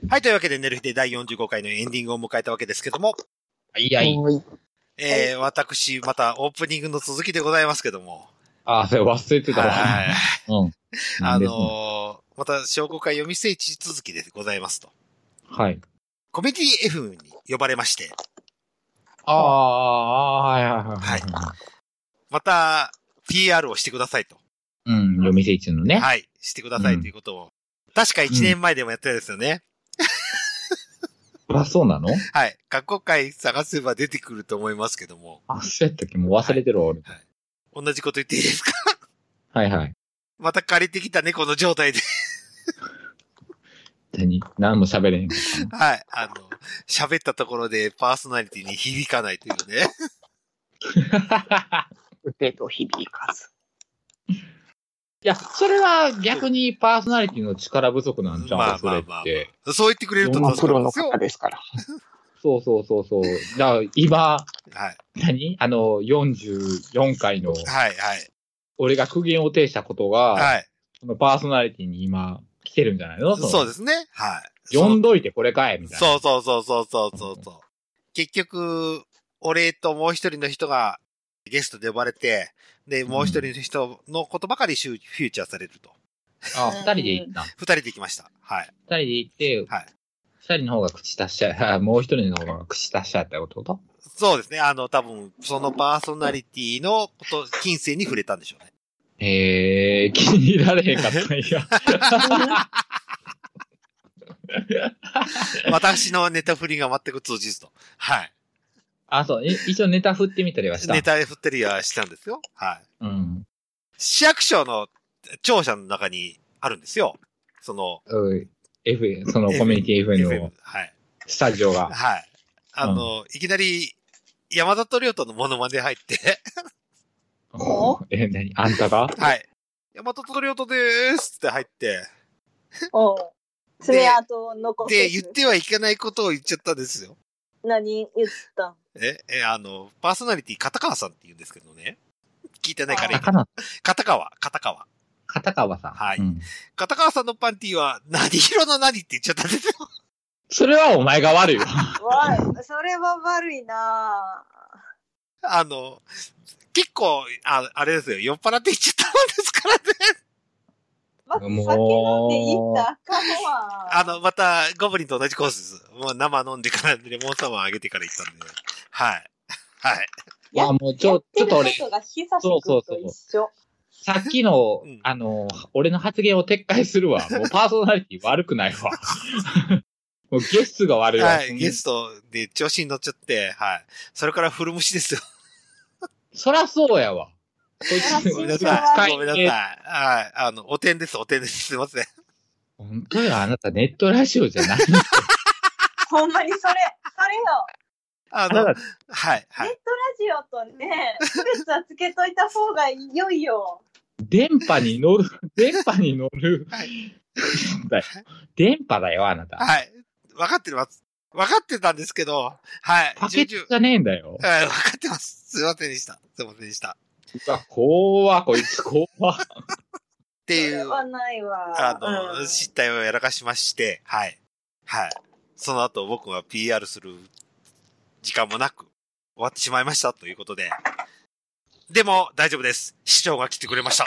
はい。というわけで、寝る日で第45回のエンディングを迎えたわけですけども、
いやいい。
えー、私、またオープニングの続きでございますけども。
あー、それ忘れてたわ。
はい。
うん。な
あ
んで
のーまた、商工会読み聖地続きでございますと。
はい。
コミュニティ F に呼ばれまして、
ああ、はいはいはい。
はまた、PR をしてくださいと。
うん、夜店一のね。
はい。してくださいということを。確か1年前でもやってたんですよね。
あ、そうなの
はい。学校会探せば出てくると思いますけども。
あ、そうやったっけもう忘れてるわ、俺。
同じこと言っていいですか
はいはい。
また借りてきた猫の状態で
対に。何も喋れへん。
はい。あの、喋ったところでパーソナリティに響かないというね。
腕と響かず。
いや、それは逆にパーソナリティの力不足なんじゃん、
まあ
そ
ま
れ
あ
っ
まあ
て。
そう言ってくれると
まあ、プ
助かる
ロ
んで
の
すよ。
方ですから。
そうそうそうそう。だから今、
はい。
何あの、44回の、
はい、はい。
俺が苦言を呈したことが、
はい。
そのパーソナリティに今、来てるんじゃないの。
そうですすね。はい。
呼んどいてこれかい、みたいな。
そうそうそうそうそうそうそう。結局、俺ともう一人の人がゲストで呼ばれて、で、もう一人の人のことばかりシュフューチャーされると。
あ、二人で行った。
二人で行きました。はい。
二人で行って、
はい。
二人の方が口達者、もう一人の方が口達者ってことと
そうですね。あの、多分、そのパーソナリティのこと、近世に触れたんでしょうね。
へえー、気に入られへんかった んや。
私のネタ振りが全く通じずと。はい。
あ、そう、い一応ネタ振ってみたりはした。
ネタ振ったりはしたんですよ。はい。
うん。
市役所の庁舎の中にあるんですよ。その、
うん F、そのコミュニティ FM の
FM はい。
スタジオが。
はい。あの、いきなり、山里亮太のモノマネ入 って、
え、何あんたが
はい。山里亮太でーすって入って、
おう爪痕を残
で、
せ
言っ
ず
てはいけないことを言っちゃったんですよ。
何言ったん
え、え、あの、パーソナリティ、片川さんって言うんですけどね。聞いてないからいい
高野、
片川、片川。
片川さん。
はい
うん
片川さんのパンティは、何色の何って言っちゃったんですよ。
それはお前が悪いわ。
わいそれは悪いなぁ
あの、結構、ああれですよ、酔っ払って言っちゃったもんですからね。
ま酒飲んで
もう
行ったらあかんわ。
あの、また、ゴブリンと同じコースです。もう生飲んでから、レモンサワーあげてから行ったんで。はい。はい。
まあもうちょ、ち
や
ょってと
る
俺、
ことが久しくと一緒。
さっきの
うん、
あの、俺の発言を撤回するわ。もうパーソナリティ悪くないわ。もうゲスが悪いわ。
はい、ゲストで調子に乗っちゃって、はい。それから古虫ですよ。
そらそうやわ。こいつ
ごめんな
使
さ
い
い。ごめんなさい。はい。あの、お点です、お点です。すいません。
本当よ、あなたネットラジオじゃない。
ほんまにそれ、それよ。
あ
あな
の、は
た
い、は
ネッ
い。
トラジオとね、区別はつけといた方がいいよ。
電波に乗る、電波に乗る
はい。
だよ電波だよ、あなた。
はい。分かってます。分かってたんですけど、はい。
パケ
順
ット
々
じゃねえんだよ。
はい、分かってます。すいませんでした。すいませんでした。っ
うわ怖こいつ怖
て
そ
い
れ
う、
はないわ。
あの、
うん
失態をやらかしまして、はい。はい。その後僕は PR する時間もなく終わってしまいましたということで。でも大丈夫です。市長が来てくれました。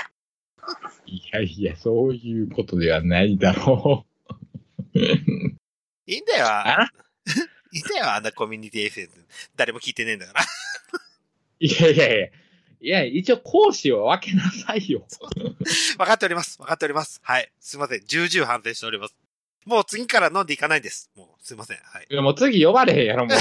いやいや、そういうことではないだろう。
いいんだよ。
あ
いいんだよ、あんなコミュニティ FM。誰も聞いてねえんだから。
いやいやいや。いや、一応講師は分けなさいよ。
分かっております。分かっております。はい。すいません。重々反省しております。もう次から飲んでいかないんです。もう、すいません。はい。
いやもう次呼ばれへんやろ、もう。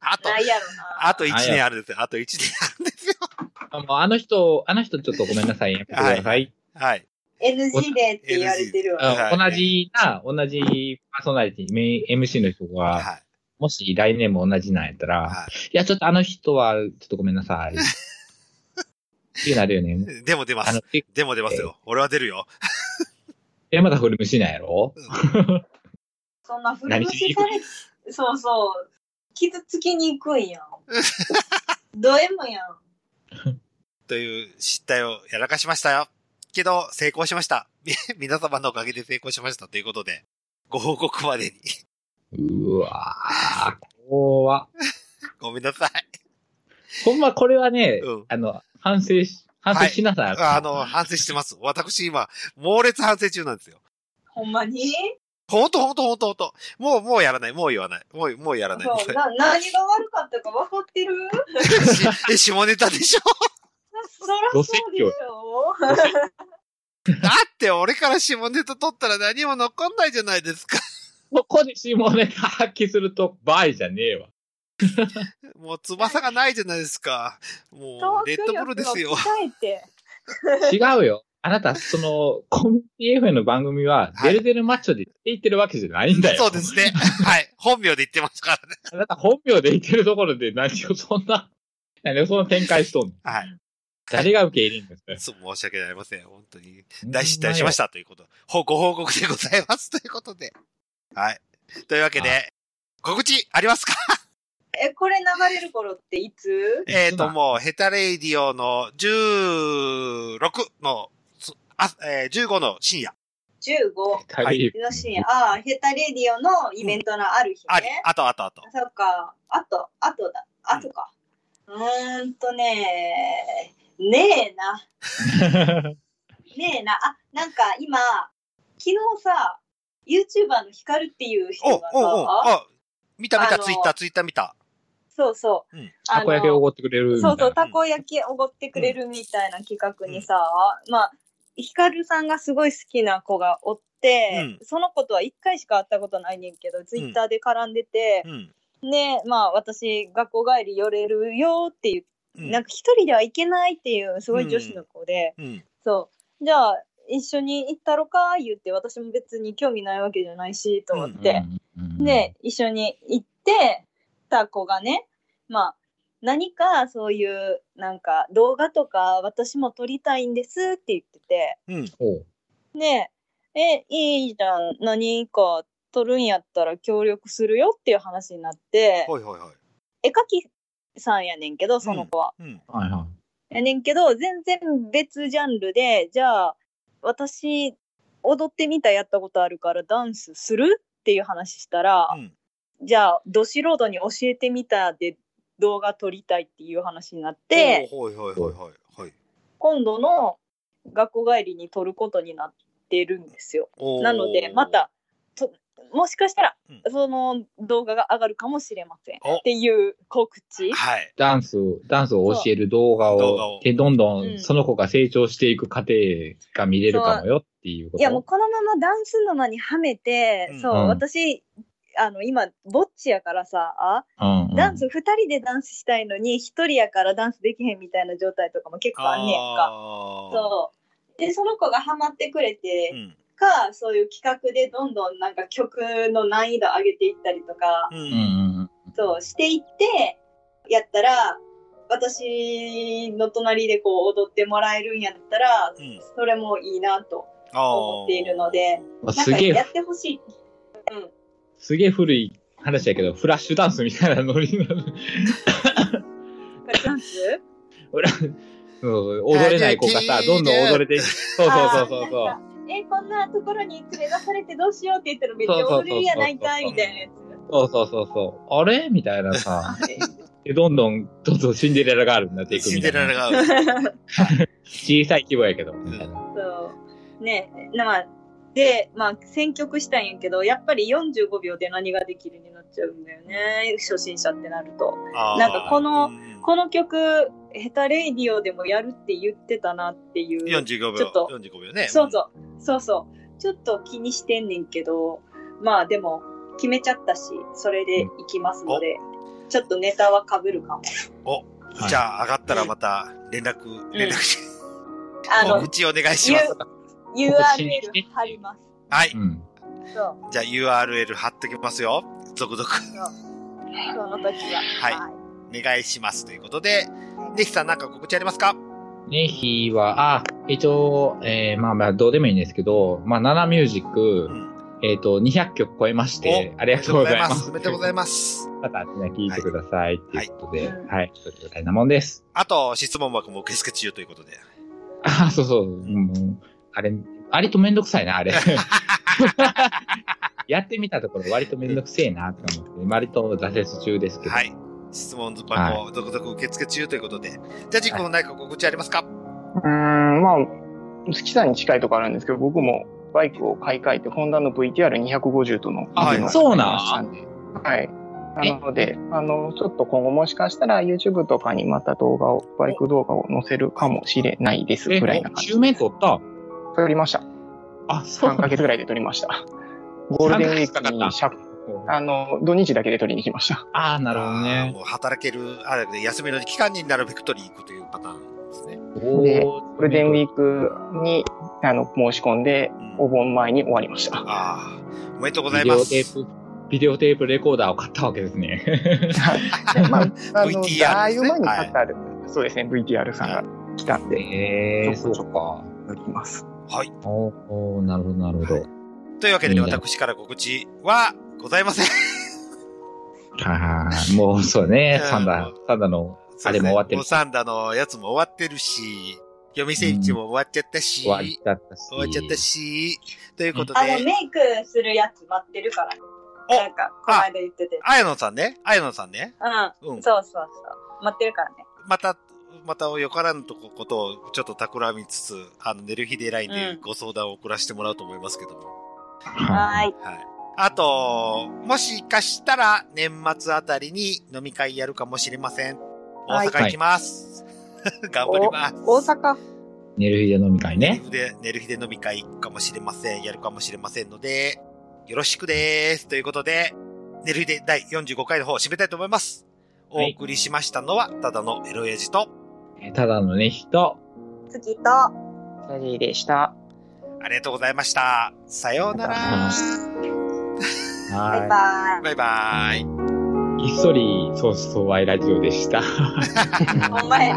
あと、
ないやろな。
あと1年あるんですよ。あと1年あるんですよ。
もうあの人、あの人ちょっとごめんなさ い、やめてください。
はい。
NG でって言われてるわ。
はい
うん同じな、同じパーソナリティ、メイン MC の人が、
はい。
もし来年も同じなんやったら、、
はい
や、ちょっとあの人は、ちょっとごめんな さい。っていうなるよね。
い。でも出ま
あの
す。、
え
でも出ますよ。俺は出るよ。
山田古虫なんやろ
そんな古虫され、そうそう。傷つきにくいやん。ド M やん。
という失態をやらかしましたよ。けど、成功しました。 み皆様のおかげで成功しましたということで、ご報告までに。
うわぁ、怖っ
ごめんなさい。
ほんまこれはね、
うん
あの、反省し、反省しなさい。
あの、反省してます。私今、猛烈反省中なんですよ。
ほんまに
ほんとほんとほんとほんと。もう、もうやらない。もう言わない。もう、もうやらない。
そうな何が悪かったか分かってる
しえ下ネタでしょ
そらそうでしょ
だって俺から下ネタ取ったら何も残んないじゃないですか。
ここで下ネタ発揮すると、バイじゃねえわ。
もう翼がないじゃないですか。もう、レッドブルですよ。
鍛えて。
違うよ。あなた、その、コミュニティ FM の番組
は
は、デ
い
ルデルマッチョで言ってるわけじゃないんだよ。
そうですね。はい。本名で言ってますからね。
あなた本名で言ってるところで何をそんな、何をそんな展開しとんの
はい。
誰が受け入れ んで
そ
すか
う申し訳ありません。本当に。大失態しましたということ。ほご報告でございますということで。はい。というわけ
は
で、告知ありますか
え、これ流れる頃っていつ
えっ
実
と、
は
もう、ヘタレイディオの16の、そあえー15の深夜。
?15
旅
の深夜。ああ、ヘタレディオのイベントのある日
あり
ね、。
あとあとあと。
そっか。あと、あとだ。あとか。うーんとねねえな。ねえな。あ、なんか今、昨日さ、YouTuber のヒカルっていう
お
人
う
が
おうおう
さ、
あ、見た見
あ
た、
の
ツイッター、ツイッター見た。
そうそう。
うん
た
あの
こ焼きをおごってくれるみたい
そ
う
そう、
な。
たこ焼きおごってくれるみたいな企画にさ、まあ、ヒカルさんがすごい好きな子がおって、その子とは1回しか会ったことないねんけど、ツイッターで絡んでて
う、ん。
で、まあ、私、学校帰り寄れるよって言って、
うん
なんか一人では行けないっていう、すごい女子の子で、
うん。
そう、じゃあ、一緒に行ったろか言って、私も別に興味ないわけじゃないし、と思って、
うんうんうん
で、一緒に行ってた子がね、まあ、何かそういう、なんか動画とか私も撮りたいんですって言ってて、
うん。
おう
ねえ、いいじゃん、何か撮るんやったら協力するよっていう話になって、
ほいほいほい。
絵描きさんやねんけど、その子は。
うん。
はいは
やねんけど、全然別ジャンルで、じゃあ、私、踊ってみたやったことあるからダンスするっていう話したら、
うん。
じゃあ、ど素人に教えてみたで動画撮りたいっていう話になって、
おう、ほいほいほいほい。はい。
今度の学校帰りに撮ることになってるんですよ。
おー
なので、ま。たと、もしかしたら
うん、
その動画が上がるかもしれません。っ
お
ていう告知。
はい。
ダンス、ダンスを教える動画
そう動画
を
を、
で、どんど
うん
んその子が成長していく過程が見れるかもよっていうこと。
いや、もうこのままダンス沼にはめて、
うん
そう、
うん
私、あの、今、ぼっちやからさ、
うんうん
ダンス2人でダンスしたいのに、1人やからダンスできへんみたいな状態とかも結構あんねやんか。
あ
そう。で、その子がハマってくれ
ーう
て
ん。
か、そういう企画でどんどんなんか曲の難易度上げていったりとか、
う
うん
ん。
うんうん。
そうしていって、やったら、私の隣でこう踊ってもらえるんやったら、
うん
それもいいなと思っているので、
まあ
なん
す
か
げ
や
え、
ってほしい。
すげえ古い話やけど、フラッシュダンスみたいなノリの、
これチャンス
フラそう踊れない子がさ、どんどん踊れていく。そうそうそうそうそう。
あーなんかえ、こんなところに連れ出されてどうしようって言ったらめっちゃ踊れるやないかいみたいなやつ。
そうそうそうそう。あれみたいなさ。で、どんどん、どんどんシンデレラガールになっていく
シン
みた
デ
い
レ
な。
ラが。
小さい規模やけど、みたいな。
そう。ね、まあ、で、まあ、選曲したんやけど、やっぱり45秒で何ができるになっちゃうんだよね。初心者ってなると。
あー
なんかこの
うん
この曲、ヘタレイディオでもやるって言ってたなっていう。
45
ちょ
秒
っと、
45秒ね。
そうそう、そうそう。ちょっと気にしてんねんけど、まあでも、決めちゃったし、それでいきますので、ちょっとネタはかぶるかも。
うん。じゃあ、上がったらまた連絡、連絡し、
あ
お
の、
口お願いします。
U- URL 貼ります。
はい。
うん。
そう、
じゃあ URL 貼っときますよ。続々
その時は。
はいお願いしますということで、ネヒさんなんか告知ありますか
ネヒは、あ、一応、えー、まあまあ、どうでもいいんですけど、まあ、ナナミュージック、
ん。
えっ、と、200曲超えまして、ありがとうございます。
おめでとうございます。
また、みんな聞いてください。と、
はい
い、うことで、はい。ということで、なもんです。
あと、質問枠も受付中ということで。
あ、そうそう。うん、あれ、割とめんどくさいな、あれ。やってみたところ、割とめんどくせえな、って思って、割と挫折中ですけど。
はい。質問箱、続々受付中ということで。じゃあ、ジンコの何か告知ありますか
うーん、まあ、月さんに近いとこあるんですけど、僕もバイクを買い替えて、ホンダの VTR250 との、
あはい
の
そうなん
買いましたんではい。なので、あの、ちょっと今後もしかしたら YouTube とかにまた動画を、バイク動画を載せるかもしれないです
え
ぐらいな、感じ
中。面取った
撮りました。
あ、そう
3ヶ月ぐらいで撮りま した。ゴールデンウィークにしゃあの、土日だけで撮りに来ました。
ああ、なるほど
あー
ね。
もう働ける、あれで休みの期間になるべく取りに行くというパターンですね。
お
で
ー
ゴールデンウィークにあの、申し込んで、お盆前に終わりました。
ああ、おめでとうござ
ビ
い
デ
ま
オ
す。
テープ、ビデオテープレコーダーを買ったわけですね。
まあ、あの、
VTR
だいぶ前に
ですね
買ったある、そうですね、VTR さんが来たんで、
えー、
ち
そ
ょ
う
こちょ
か。
行きます。
おーおーなるほど、なるほど。
はいというわけで、
いいね
私から告知はございません。
ああ、もうそうね、
うん
サンダー、サンダーの、あれも終わってる
モサンダのやつも終わってるし、読み聖地も終わっちゃったし、
終わっちゃったし。
終わっちゃったし、ということ
あの、
で、
メイクするやつ待ってるから。
お
なんか、この間言ってて。
あやのさんね、あやのさんね、う
うんん。そうそうそう。待ってるからね。
また、またよからぬとこことをちょっと企みつつ、あの、寝る日で LINE で
うん
ご相談を送らせてもらおうと思いますけども。
は。
はいーい。
はい。あと、もしかしたら年末あたりに飲み会やるかもしれません。
は
大
い
阪行きます。 頑張ります。
大阪。
寝る日で飲み会ね。
で、寝る日で飲み会かもしれません。やるかもしれませんので、よろしくです。ということで、寝る日で第45回の方を締めたいと思います。お
はい
送りしましたのは、ただのエロエジと、
ただのね、人。
月と。
ラジーでした。
ありがとうございました。さようなら。
バイ
は
バイ。
バイバーイ。
い。ひっそり、そうそう、ワイラジオでした。
ほんまや。